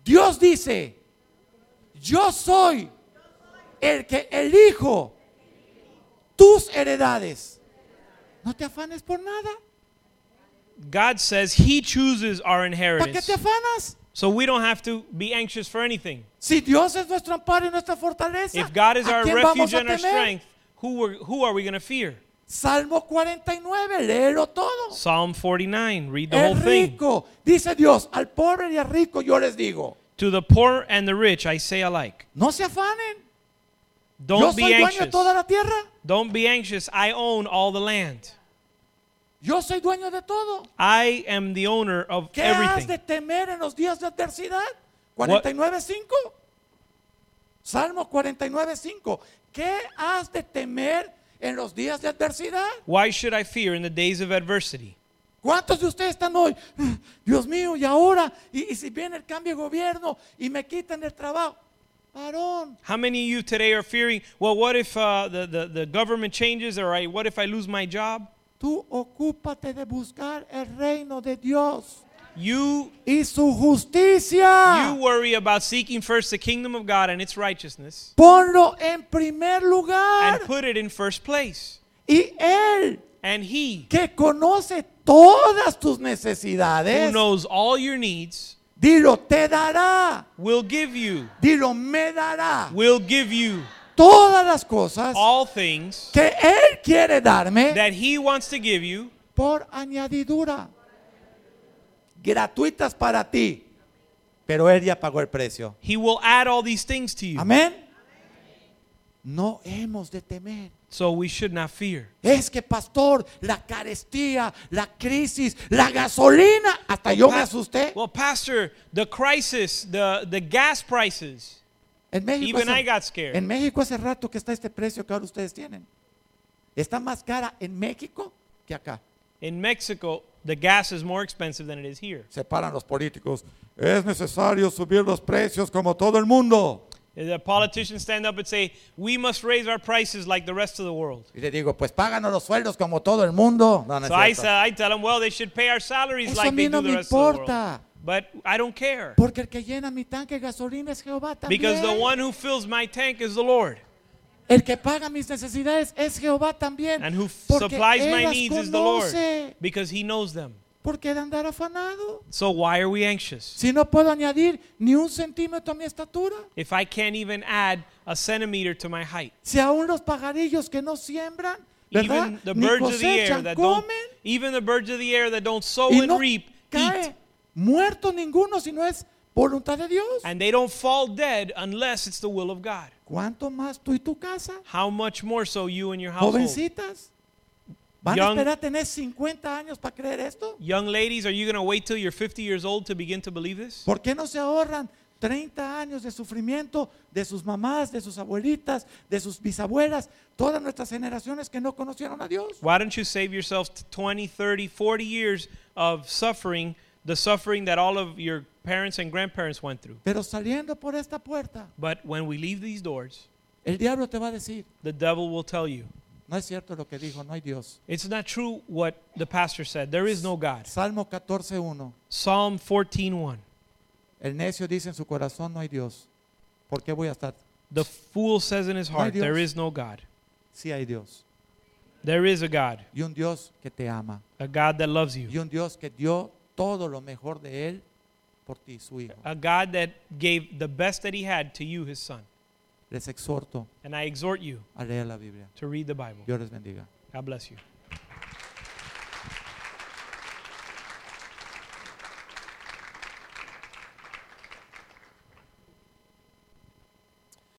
S3: Dios dice, yo soy el que elijo tus heredades. No te afanes por nada.
S4: God says he chooses our
S3: ¿Para qué
S4: inheritance.
S3: te afanas?
S4: So we don't have to be anxious for anything.
S3: Si Dios es nuestro amparo y nuestra fortaleza,
S4: If God is
S3: ¿a
S4: our
S3: quién vamos
S4: refuge
S3: a
S4: and our
S3: temer?
S4: strength, who were, who are we going to fear?
S3: Salmo 49, léelo todo.
S4: Psalm 49, read the whole
S3: El
S4: thing.
S3: rico, dice Dios, al pobre y al rico yo les digo,
S4: To the poor and the rich I say alike.
S3: no se afanen. yo
S4: Don't
S3: soy
S4: be
S3: dueño de
S4: anxious.
S3: toda la tierra.
S4: Don't be anxious. I own all the land.
S3: Yo soy dueño de todo.
S4: I am the owner of
S3: ¿Qué has de
S4: everything.
S3: temer en los días de adversidad? 49.5. Salmo 49.5. ¿Qué has de temer en los días de adversidad?
S4: Why should I fear in the days of adversity?
S3: ¿Cuántos de ustedes están hoy? Dios mío, y ahora, y, y si viene el cambio de gobierno y me quitan el trabajo. Varón,
S4: How many of you today are fearing, well, what if uh, the, the, the government changes or I, what if I lose my job?
S3: tú ocúpate de buscar el reino de Dios
S4: You,
S3: y su justicia.
S4: you worry about seeking first the kingdom of God and its righteousness
S3: Ponlo en primer
S4: and
S3: lugar.
S4: put it in first place.
S3: Y Él,
S4: And He,
S3: que conoce todas tus
S4: who
S3: necesidades,
S4: knows all your needs,
S3: dilo, te dará.
S4: will give you,
S3: Dilo, me dará
S4: will give you
S3: todas las cosas
S4: all things
S3: que Él quiere darme
S4: that He wants to give you
S3: por añadidura. Gratuitas para ti. Pero Él ya pagó el precio.
S4: He will add all these things to you.
S3: Amén. no hemos de temer.
S4: So we should not fear.
S3: Es que, pastor, la carestía, la crisis, la gasolina, hasta yo me asusté.
S4: Well, Pastor, the crisis, the, the gas prices.
S3: En México,
S4: Even
S3: hace,
S4: I got scared.
S3: en México hace rato que está este precio que ahora ustedes tienen. Está más cara en México que acá.
S4: In Mexico, the gas is more expensive than it is here.
S3: Se paran los políticos. Es necesario subir los precios como todo el mundo.
S4: The politicians stand up and say, We must raise our prices like the rest of the world.
S3: Y le digo, pues páganos los sueldos como todo el mundo. No, no es
S4: So I,
S3: cierto.
S4: say, I tell them, Well, they should pay our salaries
S3: Eso a
S4: like
S3: mí
S4: they
S3: no
S4: do the
S3: me
S4: rest of the world.
S3: importa.
S4: But I don't care.
S3: Porque el que llena mi tanque de gasolina es Jehová también.
S4: Because the one who fills my tank is the Lord.
S3: El que paga mis necesidades es Jehová también.
S4: And who f-
S3: porque
S4: supplies
S3: él
S4: my
S3: las
S4: needs is the Lord.
S3: conoce.
S4: Because he knows them.
S3: ¿Por qué de andar afanado?
S4: So why are we anxious?
S3: Si no puedo añadir ni un centímetro a mi estatura.
S4: If I can't even add a centimeter to my height.
S3: Si aún los pajarillos que no siembran, ¿verdad?
S4: Even the
S3: Ni
S4: birds of the air
S3: cosechan,
S4: that don't
S3: comen
S4: even the birds of the air that don't sow
S3: y
S4: and
S3: no
S4: reap
S3: cae
S4: eat.
S3: muerto ninguno si no es voluntad de Dios.
S4: And they don't fall dead unless it's the will of God.
S3: ¿Cuánto más tú y tu casa?
S4: How much more so you and your household?
S3: Jovencitas. ¿Van a
S4: Young-
S3: esperar a tener 50 años para creer esto?
S4: Young ladies, are you going to wait till you're 50 years old to begin to believe this?
S3: ¿Por qué no se ahorran 30 años de sufrimiento de sus mamás, de sus abuelitas, de sus bisabuelas, todas nuestras generaciones que no conocieron a Dios?
S4: Why don't you save yourself t- 20, 30, 40 years of suffering, the suffering that all of your parents and grandparents went through?
S3: Pero saliendo por esta puerta,
S4: But when we leave these doors,
S3: el diablo te va a decir,
S4: the devil will tell you
S3: no es cierto lo que dijo, no hay Dios.
S4: it's not true what the pastor said. There is no God.
S3: Salmo 14.1,
S4: Psalm 14:1.
S3: el necio dice en su corazón, no hay Dios. ¿Por qué voy a estar?
S4: The fool says in his heart, There
S3: Dios.
S4: is no God.
S3: Sí hay Dios.
S4: There is a God,
S3: Y un Dios que te ama.
S4: a God that loves
S3: Y
S4: you,
S3: un Dios que dio todo lo mejor de él por ti, su hijo.
S4: a God that gave the best that he had to you, his son.
S3: Les exhorto
S4: And I exhort you
S3: a leer la Biblia.
S4: to read the Bible.
S3: Dios les bendiga.
S4: God bless you.